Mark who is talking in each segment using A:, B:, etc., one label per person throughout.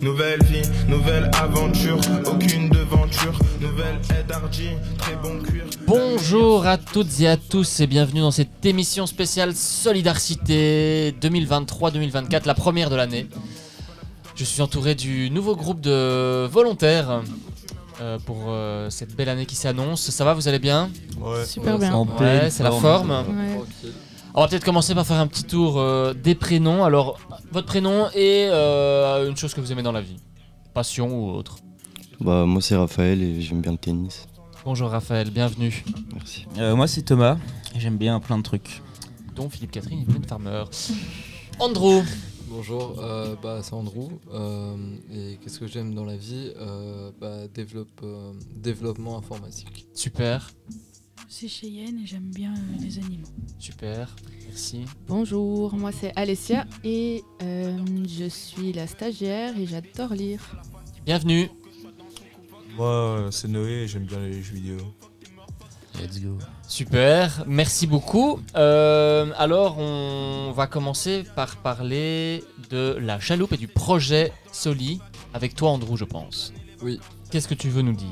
A: Nouvelle vie, nouvelle aventure, aucune devanture, nouvelle aide hardie, très bon cuir.
B: Bonjour à toutes et à tous et bienvenue dans cette émission spéciale Solidarité 2023-2024, la première de l'année. Je suis entouré du nouveau groupe de volontaires euh, pour euh, cette belle année qui s'annonce. Ça va, vous allez bien
A: Ouais.
C: Super bien.
D: En
B: Ouais,
D: pleine
B: c'est la forme.
C: Ouais.
B: On va peut-être commencer par faire un petit tour euh, des prénoms. Alors, votre prénom et euh, une chose que vous aimez dans la vie. Passion ou autre.
D: Bah, moi c'est Raphaël et j'aime bien le tennis.
B: Bonjour Raphaël, bienvenue.
D: Merci.
E: Euh, moi c'est Thomas, et j'aime bien plein de trucs.
B: Dont Philippe Catherine et Glenn Farmer. Andrew,
F: Bonjour, euh, bah, c'est Andrew. euh, et qu'est-ce que j'aime dans la vie Euh, bah, développe, euh, Développement informatique.
B: super,
G: C'est Cheyenne et j'aime bien euh, les animaux.
B: super, merci.
C: Bonjour, moi c'est Alessia et euh, je suis la stagiaire et j'adore lire.
B: Bienvenue.
A: Moi, euh, c'est Noé et j'aime bien les jeux vidéo.
E: Let's go.
B: Super, merci beaucoup. Euh, alors, on va commencer par parler de la chaloupe et du projet Soli avec toi, Andrew, je pense.
F: Oui.
B: Qu'est-ce que tu veux nous dire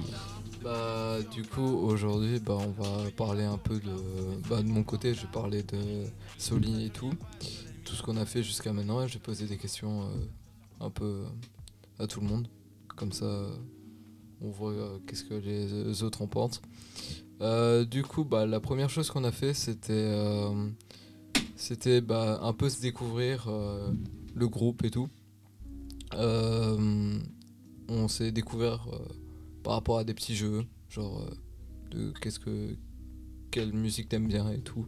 F: Bah, du coup, aujourd'hui, bah, on va parler un peu de, bah, de mon côté. Je vais parler de Soli et tout. Tout ce qu'on a fait jusqu'à maintenant. Et je vais poser des questions euh, un peu euh, à tout le monde. Comme ça, euh, on voit euh, qu'est-ce que les autres en pensent. Euh, du coup, bah, la première chose qu'on a fait, c'était euh, c'était bah, un peu se découvrir euh, le groupe et tout. Euh, on s'est découvert euh, par rapport à des petits jeux, genre euh, de qu'est-ce que quelle musique t'aimes bien et tout.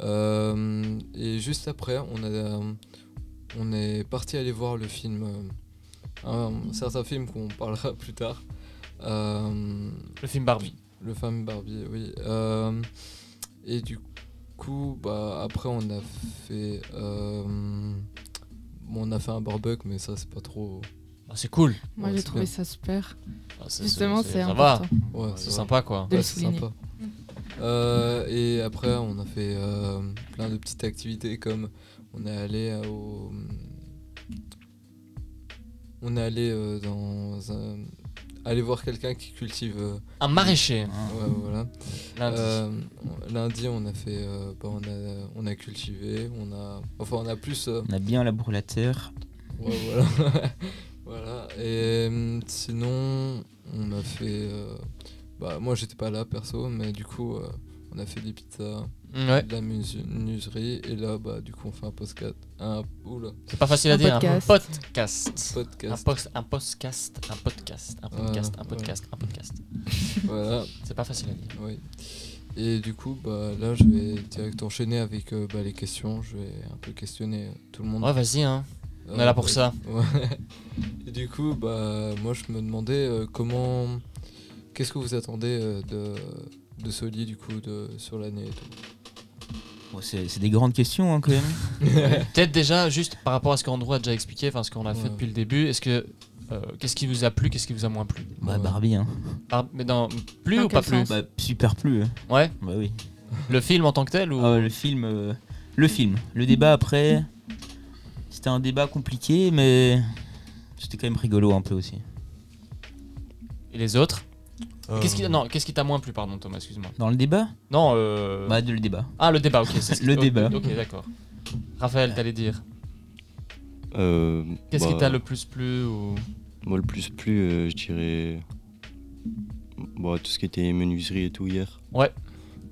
F: Euh, et juste après, on a euh, on est parti aller voir le film, euh, un certain film qu'on parlera plus tard. Euh,
B: Le film Barbie.
F: le fameux Barbie, oui. Euh, et du coup, bah, après, on a fait. euh, bon, on a fait un barbecue, mais ça, c'est pas trop.
B: Ah, c'est cool.
C: Moi
F: Ouais,
C: j'ai
F: c'est
C: trouvé
F: bien.
C: ça super.
B: Ah, c'est-
C: Justement, c'est
B: ça va.
C: important.
F: Ouais,
B: C'est
F: ça va.
B: sympa quoi.
C: de le
F: Ouais, c'est
C: souligner. Mm.
F: sympa. Euh, et après, on a fait euh, plein de petites activités comme on est allé à- au. mm, On est allé euh, dans un. Aller voir quelqu'un qui cultive. euh,
B: Un maraîcher.
F: ouais, voilà.
B: lundi.
F: Euh, on- lundi, on a fait, euh, bah, on a, on a cultivé, on a, enfin, on a plus, euh,
E: On a bien labouré la terre.
F: ouais, voilà, voilà. Et euh, sinon, on a fait, euh, bah, moi, j'étais pas là perso, mais du coup, euh, on a fait des pizzas,
B: Ouais.
F: de la mus- muserie, et là, bah, du coup, on fait un podcast, un, oula,
B: C'est pas facile à
C: Un
B: dire.
C: podcast.
B: Un podcast. Un,
F: podcast,
B: post, un podcast, un podcast, un podcast, un
F: ouais.
B: podcast, un podcast.
F: voilà,
B: C'est pas facile à dire.
F: oui. Et du coup, bah, là, je vais direct enchaîner avec euh, bah, les questions. Je vais un peu questionner tout le monde.
B: Ouais, vas-y, hein. on est là pour
F: ça
B: ça.
F: Ouais. Et du coup, bah, moi je me demandais euh, comment. Qu'est-ce que vous attendez euh, de, de Soli du coup de, sur l'année et tout
E: Bon, c'est c'est des grandes questions hein, quand même.
B: Peut-être déjà, juste par rapport à ce qu'Andrew a déjà expliqué, enfin ce qu'on a fait
F: Ouais.
B: depuis le début, est-ce que. euh, qu'est-ce qui vous a plu, qu'est-ce qui vous a moins plu
E: Bah
F: Ouais.
E: Barbie hein.
B: Par- Mais dans, Plus
C: Dans
B: ou pas
C: quel
B: plus
C: sens
E: Bah super plus. hein.
B: Ouais
E: Bah oui.
B: Le film en tant que tel ou...
E: Ah ouais, le film. euh, Le film. Le débat après. C'était un débat compliqué mais. C'était quand même rigolo un peu aussi.
B: Et les autres
A: Euh,
B: Qu'est-ce qui... Non, qu'est-ce qui t'a moins plu, pardon Thomas, excuse-moi.
E: Dans le débat
B: Non, euh...
E: Bah de le débat.
B: Ah, le débat, ok. c'est ce qui-
E: Le
B: ok,
E: débat.
B: Ok, d'accord. Raphaël, t'allais dire.
D: Euh,
B: Qu'est-ce
D: bah,
B: qui t'a le plus plu ou...
D: Moi le plus plu, euh, je dirais. Bah, tout ce qui était menuiserie et tout hier.
B: Ouais.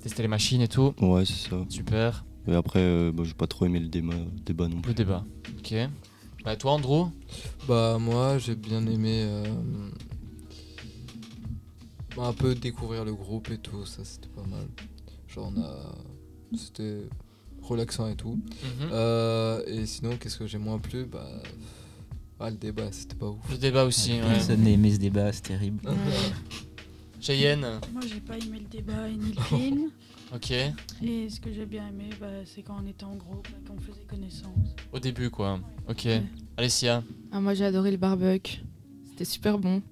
B: Tester les machines et tout.
D: Ouais, c'est ça.
B: Super.
D: Et après, euh, bah, j'ai pas trop aimé le débat, débat non plus.
B: Le débat. Ok. Bah toi, Andrew
F: Bah, moi j'ai bien aimé. euh, bah, un peu découvrir le groupe et tout, ça c'était pas mal. Genre, on a. C'était relaxant et tout.
B: Mhm.
F: Euh, et sinon, qu'est-ce que j'ai moins plu Bah. Ah, le débat, c'était pas ouf.
B: Le débat aussi, ouais.
E: Ah, Personne n'a aimé ce débat, c'est terrible.
B: Cheyenne,
G: Moi, j'ai pas aimé le débat et ni le film.
B: ok.
G: Et ce que j'ai bien aimé, bah, c'est quand on était en groupe, là, qu'on faisait connaissance.
B: Au début, quoi. Ok. Alessia,
C: Ah, moi j'ai adoré le barbecue, c'était super bon.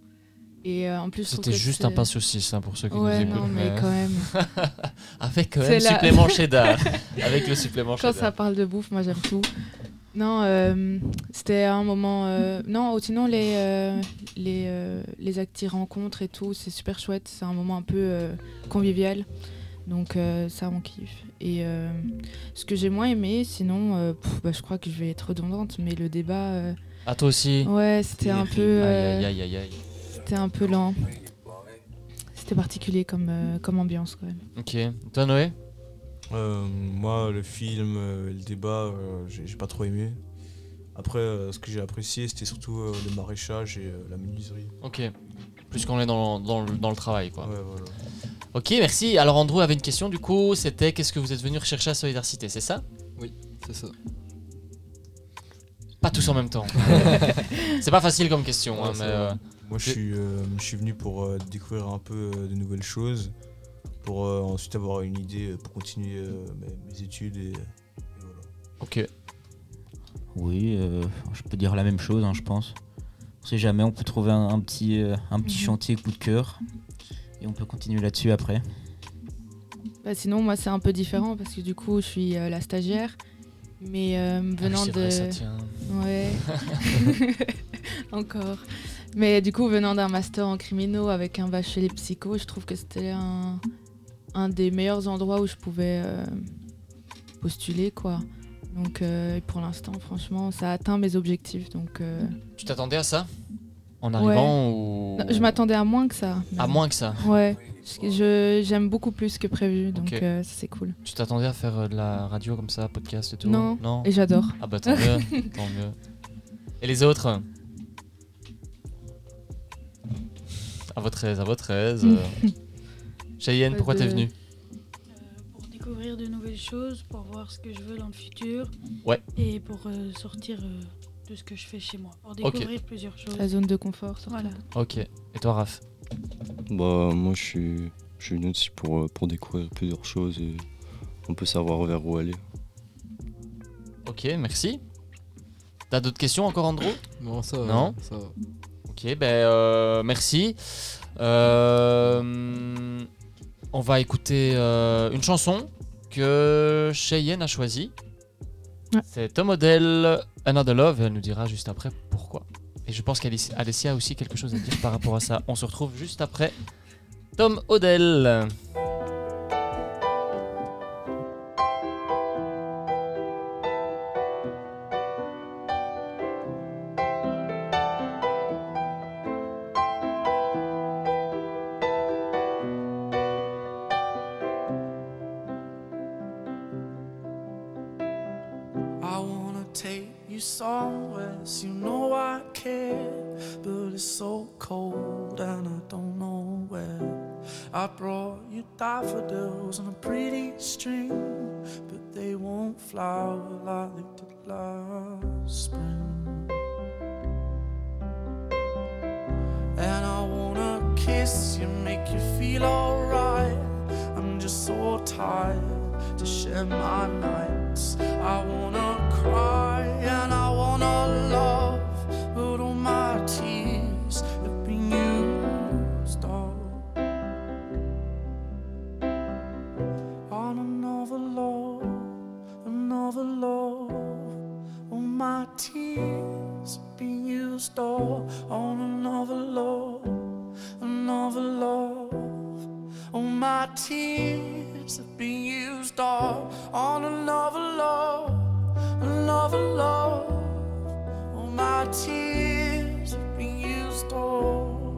C: Et euh, en plus, je trouve
B: c'était
C: que
B: juste
C: c'est-
B: un pain saucisse hein, pour ceux qui
C: Ouais,
B: nous écoutent.
C: non, mais quand même.
B: Avec quand
C: C'est
B: même
C: la-
B: supplément cheddar. Avec le supplément
C: Quand
B: cheddar.
C: ça parle de bouffe, moi j'aime tout. Non, euh, c'était un moment. euh, non, ou sinon les euh, les euh, les acti rencontres et tout, c'est super chouette. C'est un moment un peu euh, convivial, donc euh, ça on kiffe. Et euh, ce que j'ai moins aimé, sinon, euh, pff, bah, je crois que je vais être redondante, mais le débat, euh,
B: Ah, toi aussi
C: ouais, c'était un peu euh,
B: Aïe, aïe, aïe, aïe.
C: c'était un peu lent. C'était particulier comme euh, comme ambiance quand même.
B: Ok. Toi, Noé
H: Euh, moi, le film, euh, le débat, euh, j'ai j'ai pas trop aimé. Après, euh, ce que j'ai apprécié, c'était surtout euh, le maraîchage et euh, la menuiserie.
B: Ok. Plus qu'on est dans, dans le- dans le travail, quoi.
H: Ouais, voilà.
B: Ok, merci. Alors, Andrew avait une question, du coup, c'était qu'est-ce que vous êtes venu rechercher à Solidarité, c'est ça
F: C'est ça.
B: Pas tous en même temps. c'est pas facile comme question,
F: Ouais,
B: hein, mais.
F: c'est
B: euh,
H: Moi, je suis, euh, je suis venu pour euh, découvrir un peu euh, de nouvelles choses, pour euh, ensuite avoir une idée euh, pour continuer euh, mes, mes études et, et voilà.
B: Ok.
E: Oui, euh, je peux dire la même chose, hein, je pense. On sait jamais, on peut trouver un, un petit, euh, un petit
C: Mhm.
E: chantier coup de cœur. Et on peut continuer là-dessus après.
C: Bah, sinon, moi c'est un peu différent parce que du coup, je suis euh, la stagiaire, mais euh, venant
B: Ah oui, c'est
C: de
B: vrai, ça, tiens.
C: Ouais. Encore. Mais du coup, venant d'un master en criminaux avec un bachelier psycho, je trouve que c'était un, un des meilleurs endroits où je pouvais euh, postuler, quoi. Donc, euh, pour l'instant, franchement, ça a atteint mes objectifs. Donc, euh,
B: Tu t'attendais à ça En arrivant ou.
C: non, je m'attendais à moins que ça. mais-
B: À moins que ça.
C: Ouais. Je- je- J'aime beaucoup plus que prévu, donc
B: Ok.
C: euh, ça, c'est cool.
B: Tu t'attendais à faire euh, de la radio comme ça, podcast et tout
C: Non. Et j'adore.
B: Ah bah tant mieux, tant mieux. Et les autres À votre aise, à votre aise. euh. Cheyenne,
C: Pas
B: pourquoi t'es
C: de-
B: venue
G: euh, pour découvrir de nouvelles choses, pour voir ce que je veux dans le futur.
B: Ouais.
G: Et pour euh, sortir euh, de ce que je fais chez moi. Pour
B: Ok.
G: découvrir plusieurs choses.
C: La zone de confort, surtout.
G: Voilà.
B: Ok. Et toi, Raph
D: Bah, moi, je suis, je suis venu aussi pour, euh, pour découvrir plusieurs choses et on peut savoir vers où aller.
B: Ok, merci. T'as d'autres questions encore, Andrew
F: Non, ça. va,
B: Non.
F: Ça. va.
B: Ok, ben euh, merci. Euh, on va écouter euh, une chanson que Cheyenne a choisie.
C: Ouais.
B: C'est Tom Odell, Another Love, et elle nous dira juste après pourquoi. Et je pense qu'Alessia a aussi quelque chose à dire par rapport à ça. On se retrouve juste après Tom Odell.
I: I wanna take you somewhere, so you know I care. But it's so cold and I don't know where. I brought you daffodils on a pretty string, but they won't flower like they did last spring. And I wanna kiss you, make you feel alright. I'm just so tired to share my nights. I wanna cry and I wanna love, but all my tears have been used up on another love, another love. All my tears have been used all on another love, another love. All Oh, my tears have been used all on another love, another love. All my tears have been used all.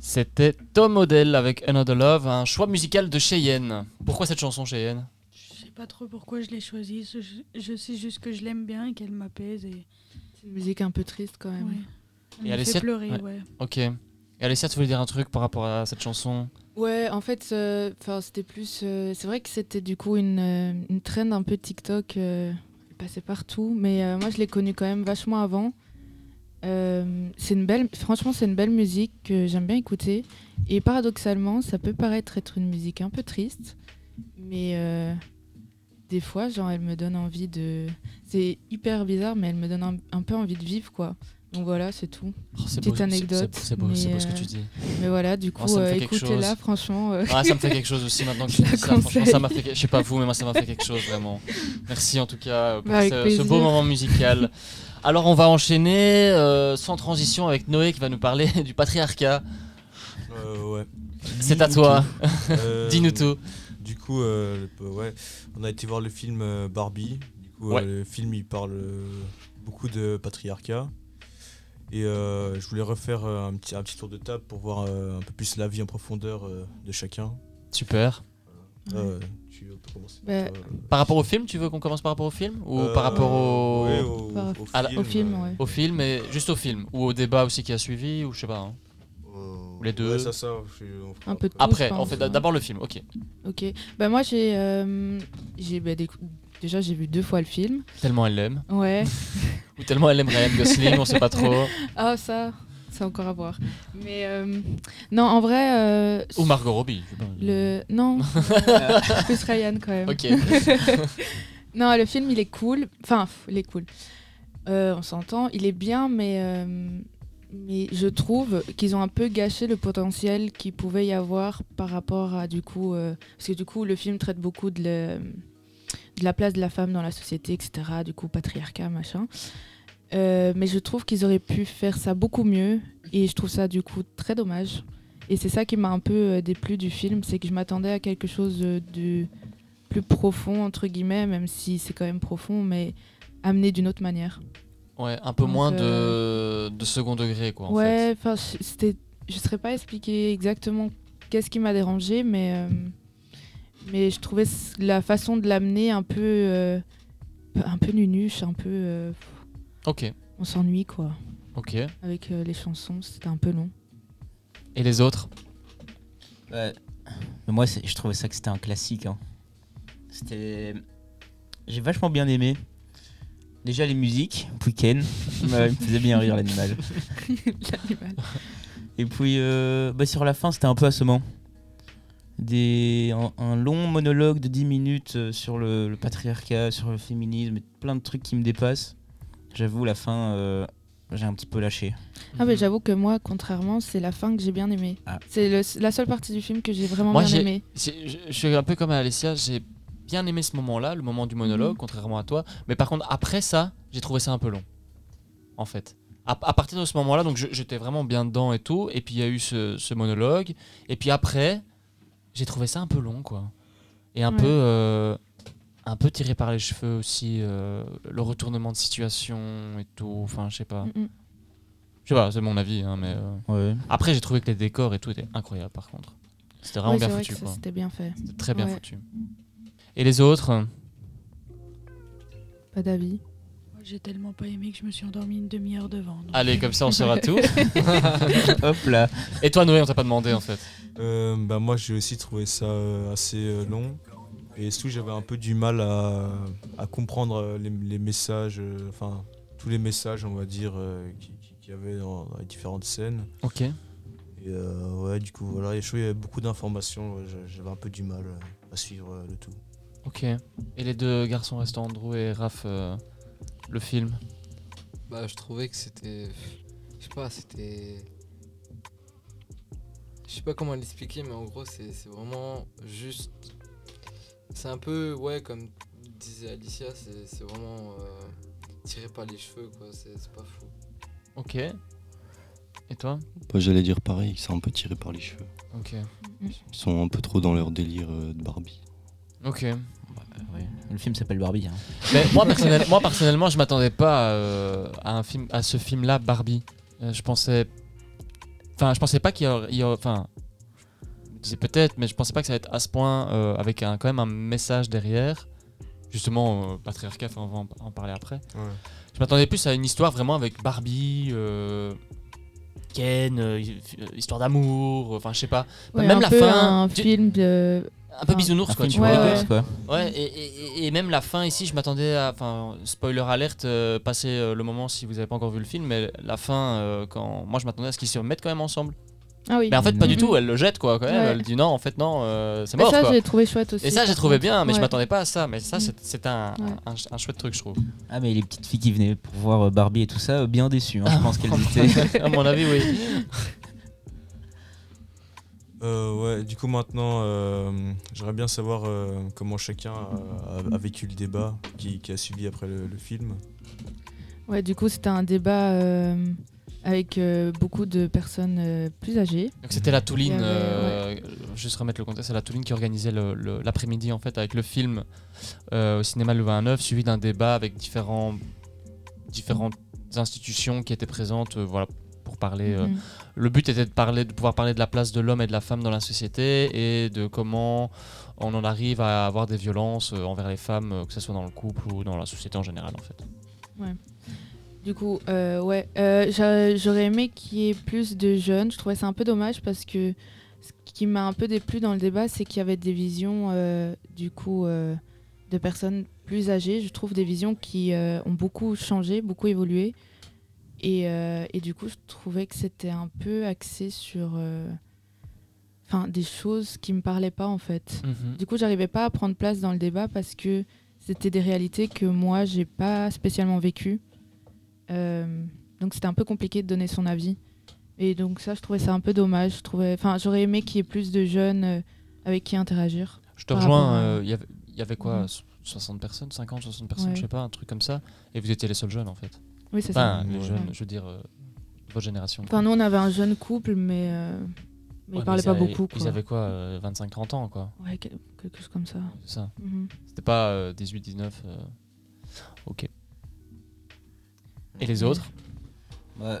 B: C'était Tom Odell avec Another Love, un choix musical de Cheyenne. Pourquoi cette chanson Cheyenne
G: Je sais pas trop pourquoi je l'ai choisie. ce- Je, je sais juste que je l'aime bien et qu'elle m'apaise. Et,
C: C'est une musique un peu triste quand même.
G: ouais. Elle
B: Et
G: me
B: Alessia-
G: fait pleurer,
B: ouais.
G: ouais.
B: Ok. Et Alessia, tu voulais dire un truc par rapport à cette chanson
C: Ouais, en fait, euh, 'fin, c'était plus. euh, c'est vrai que c'était du coup une, euh, une trend un peu TikTok. euh, elle passait partout. Mais euh, moi, je l'ai connue quand même vachement avant. Euh, c'est une belle, franchement, c'est une belle musique que j'aime bien écouter. Et paradoxalement, ça peut paraître être une musique un peu triste. Mais euh, des fois, genre, elle me donne envie de. C'est hyper bizarre, mais elle me donne un, un peu envie de vivre, quoi. Donc voilà, c'est tout.
B: Oh, c'est
C: Petite
B: beau, c'est-
C: anecdote,
B: c'est- C'est beau, c'est beau ce que
C: mais,
B: tu
C: euh,
B: dis. Oh,
C: Mais voilà, du coup,
B: ça me
C: euh,
B: fait quelque
C: écoutez-la,
B: chose.
C: franchement. euh,
B: Ah, ça me fait quelque chose aussi maintenant que tu
C: Je la
B: dis ça. Franchement,
C: conseille.
B: ça m'a fait. que- Je sais pas vous, mais moi, ça m'a fait quelque chose vraiment. Merci en tout cas euh, pour
C: Bah, avec
B: ce, ce
C: plaisir.
B: beau moment musical. Alors, on va enchaîner euh, sans transition avec Noé qui va nous parler du patriarcat.
H: Euh, ouais.
B: C'est à
H: Dis-nous
B: toi.
H: tout. Euh,
B: Dis-nous tout.
H: Du coup, euh, le peu- ouais, on a été voir le film euh, Barbie. Du coup, euh,
B: Ouais.
H: le film il parle euh, beaucoup de patriarcat. Et euh, je voulais refaire euh, un petit, un petit tour de table pour voir euh, un peu plus la vie en profondeur euh, de chacun.
B: Super.
H: Euh, tu peux commencer.
C: Bah,
H: toi.
B: Par rapport au film, tu veux qu'on commence par rapport au film ou
H: Euh,
B: par rapport au
H: ouais, au,
C: Par-
H: au
B: à la-
H: film, euh,
C: au film, ouais.
B: au film et juste au film ou au débat aussi qui a suivi ou je sais pas. hein.
H: euh,
B: Les deux.
H: ouais, ça, ça, je- Euh, on fera
C: Un peu de Ah,
B: Après,
C: je
B: on
C: pense,
B: fait d'a-
C: ouais.
B: d'abord le film. Ok.
C: Ok. Bah moi j'ai, euh, j'ai bah, décou- déjà j'ai vu deux fois le film.
B: Tellement elle l'aime
C: Ouais.
B: ou tellement elle aime Ryan Gosling, on sait pas trop.
C: Ah ça, c'est encore à voir. Mais euh, non, en vrai, euh,
B: Ou Margot Robbie. je sais pas.
C: le non, Euh, plus Ryan quand même.
B: Ok.
C: Non, le film il est cool. Enfin, pff, il est cool. Euh, on s'entend, il est bien, mais euh, mais je trouve qu'ils ont un peu gâché le potentiel qu'il pouvait y avoir par rapport à du coup euh, parce que du coup le film traite beaucoup de, le- de la place de la femme dans la société, etc. Du coup patriarcat machin. Euh, mais je trouve qu'ils auraient pu faire ça beaucoup mieux et je trouve ça du coup très dommage. Et c'est ça qui m'a un peu euh, déplu du film, c'est que je m'attendais à quelque chose euh, de plus profond entre guillemets, même si c'est quand même profond, mais amené d'une autre manière.
B: Ouais, un peu
C: Donc, euh,
B: moins de, de second degré quoi. En fait.
C: ouais, enfin, je- c'était, je saurais pas expliquer exactement qu'est-ce qui m'a dérangé, mais euh, mais je trouvais s- la façon de l'amener un peu euh, un peu nunuche, un peu euh,
B: Ok.
C: on s'ennuie quoi
B: Ok.
C: avec euh, les chansons, c'était un peu long.
B: Et les autres
E: Ouais. Mais moi, c'est- je trouvais ça que c'était un classique. hein. C'était. J'ai vachement bien aimé. Déjà les musiques, Weekend. Ouais, il me faisait bien rire l'animal.
C: L'animal.
E: Et puis euh, bah, sur la fin, c'était un peu assommant. Des, un, un long monologue de 10 minutes euh, sur le, le patriarcat, sur le féminisme, et plein de trucs qui me dépassent. J'avoue, la fin, euh, j'ai un petit peu lâché.
B: Mhm.
C: Ah mais j'avoue que moi, contrairement, c'est la fin que j'ai bien aimée.
E: Ah.
C: C'est le- la seule partie du film que j'ai vraiment
B: Moi,
C: bien
B: j'ai-
C: aimée.
B: J'ai- Je je suis un peu comme Alessia, j'ai bien aimé ce moment-là, le moment du
C: Mhm.
B: monologue, contrairement à toi. Mais par contre, après ça, j'ai trouvé ça un peu long, en fait. À, à partir de ce moment-là, donc je- j'étais vraiment bien dedans et tout. Et puis il y a eu ce, ce monologue. Et puis après, j'ai trouvé ça un peu long, quoi. Et un
C: Ouais.
B: peu, euh, un peu tiré par les cheveux aussi, euh, le retournement de situation et tout. Enfin, je sais pas.
C: Mm, mm.
B: Je sais pas, c'est mon avis, hein, mais euh,
E: Ouais.
B: après j'ai trouvé que les décors et tout étaient incroyables, par contre. C'était vraiment
C: Ouais,
B: bien
C: c'est vrai
B: foutu,
C: que ça,
B: quoi.
C: c'était bien fait.
B: C'était très bien
C: Ouais.
B: foutu. Et les autres
C: Pas d'avis.
G: Moi, J'ai tellement pas aimé que je me suis endormie une demi-heure devant. donc.
B: Allez, comme ça on saura tout.
E: Hop là.
B: Et toi Noé, on t'a pas demandé en fait.
H: Euh, bah moi j'ai aussi trouvé ça euh, assez euh, long et surtout j'avais un peu du mal à, à comprendre euh, les, les messages, euh, enfin tous les messages on va dire euh, qui- qui- qu'il y avait dans, dans les différentes scènes.
B: Ok.
H: Et euh, ouais du coup voilà, il y a- je trouve qu'il y avait beaucoup d'informations, ouais, j'a- j'avais un peu du mal euh, à suivre euh, le tout.
B: Ok. Et les deux garçons restants, Andrew et Raph, euh, le film
F: Bah, je trouvais que c'était. Je sais pas, c'était. Je sais pas comment l'expliquer, mais en gros, c'est c'est vraiment juste. C'est un peu, ouais, comme disait Alicia, c'est c'est vraiment euh, tiré par les cheveux, quoi. C'est c'est pas fou.
B: Ok. Et toi
D: Bah, J'allais dire pareil, que c'est un peu tiré par les cheveux.
B: Ok.
D: Ils sont un peu trop dans leur délire euh, de Barbie.
B: Ok.
E: Le film s'appelle Barbie. hein.
B: Mais moi, personnel- moi, personnellement, je m'attendais pas euh, à, un film, à ce film-là, Barbie. Euh, je pensais Enfin, je pensais pas qu'il y aurait. il y aurait- Enfin, je me disais peut-être, mais je pensais pas que ça va être à ce point euh, avec un, quand même un message derrière. Justement, euh, patriarcat, enfin, on va en, en parler après.
H: Ouais.
B: Je m'attendais plus à une histoire vraiment avec Barbie, euh, Ken, euh, hi- histoire d'amour, euh, enfin, je sais pas.
C: Ouais,
B: même
C: un
B: la
C: peu
B: fin.
C: un
B: tu-
C: film de.
B: un peu
C: un-
B: bisounours, quoi,
E: film
B: tu
E: pour
B: vois.
E: les
C: Ouais,
E: gosses,
C: ouais.
E: quoi.
B: Ouais, et, et- et même la fin ici, je m'attendais à. Enfin, spoiler alerte, euh, passez euh, le moment si vous n'avez pas encore vu le film, mais la fin, euh, quand. Moi, je m'attendais à ce qu'ils se remettent quand même ensemble.
C: Ah oui.
B: Mais en fait, pas du
C: Mhm.
B: tout, elle le jette, quoi, quand même.
C: Ouais.
B: Elle dit non, en fait, non, euh, c'est
C: Mais
B: mort,
C: ça,
B: quoi.
C: j'ai trouvé chouette aussi.
B: Et ça, j'ai
C: par
B: trouvé
C: contre.
B: bien, mais je
C: Ouais. Mhm.
B: m'attendais pas à ça. Mais ça, c'est c'est un,
C: Ouais.
B: un, un chouette truc, je trouve.
E: Ah, mais les petites filles qui venaient pour voir euh, Barbie et tout ça, euh, bien déçues, hein, je pense qu'elles étaient.
B: à mon avis, oui.
H: Euh, ouais, du coup maintenant, euh, j'aimerais bien savoir euh, comment chacun a, a- a vécu le débat qui, qui a suivi après le, le film.
C: Ouais, du coup, c'était un débat euh, avec euh, beaucoup de personnes euh, plus âgées.
B: Donc c'était la
C: Il y
B: Touline,
C: avait-
B: euh, juste remettre le contexte, c'est la Touline qui organisait le- le- l'après-midi en fait avec le film euh, au cinéma le 29, suivi d'un débat avec différents, différentes institutions qui étaient présentes, euh, voilà pour parler. euh,
C: Mhm.
B: Le but était de parler, de pouvoir parler de la place de l'homme et de la femme dans la société et de comment on en arrive à avoir des violences euh, envers les femmes, euh, que ce soit dans le couple ou dans la société en général en fait.
C: Du coup, euh, ouais, euh, j'a- j'aurais aimé qu'il y ait plus de jeunes. Je trouvais ça un peu dommage parce que ce qui m'a un peu déplu dans le débat, c'est qu'il y avait des visions, euh, du coup, euh, de personnes plus âgées. Je trouve des visions qui euh, ont beaucoup changé, beaucoup évolué. Et, euh, et du coup, je trouvais que c'était un peu axé sur euh, enfin, des choses qui me parlaient pas, en fait. Du coup, j'arrivais pas à prendre place dans le débat parce que c'était des réalités que moi, j'ai pas spécialement vécues. Euh, donc, c'était un peu compliqué de donner son avis. Et donc, ça, je trouvais ça un peu dommage. Je trouvais... enfin, j'aurais aimé qu'il y ait plus de jeunes euh, avec qui interagir.
B: Je te
C: Par
B: rejoins,
C: rapport à-
B: euh, il y avait- il y avait quoi
C: Mhm.
B: so- 60 personnes, 50, 60 personnes,
C: Ouais.
B: je sais pas, un truc comme ça. Et vous étiez les seuls jeunes en fait.
C: Oui, c'est ça.
B: Enfin, les
H: Ouais.
B: jeunes, je veux dire, euh, votre génération.
C: Enfin, nous, on avait un jeune couple, mais, euh, mais
B: Ouais,
C: ils parlaient pas
B: avaient-
C: beaucoup. Quoi.
B: Ils avaient quoi, 25-30 ans, quoi.
C: Ouais, quel- quelque chose comme ça.
B: C'est ça.
C: Mhm.
B: C'était pas euh, 18-19. Ok. Et les autres
E: Mm. Ouais.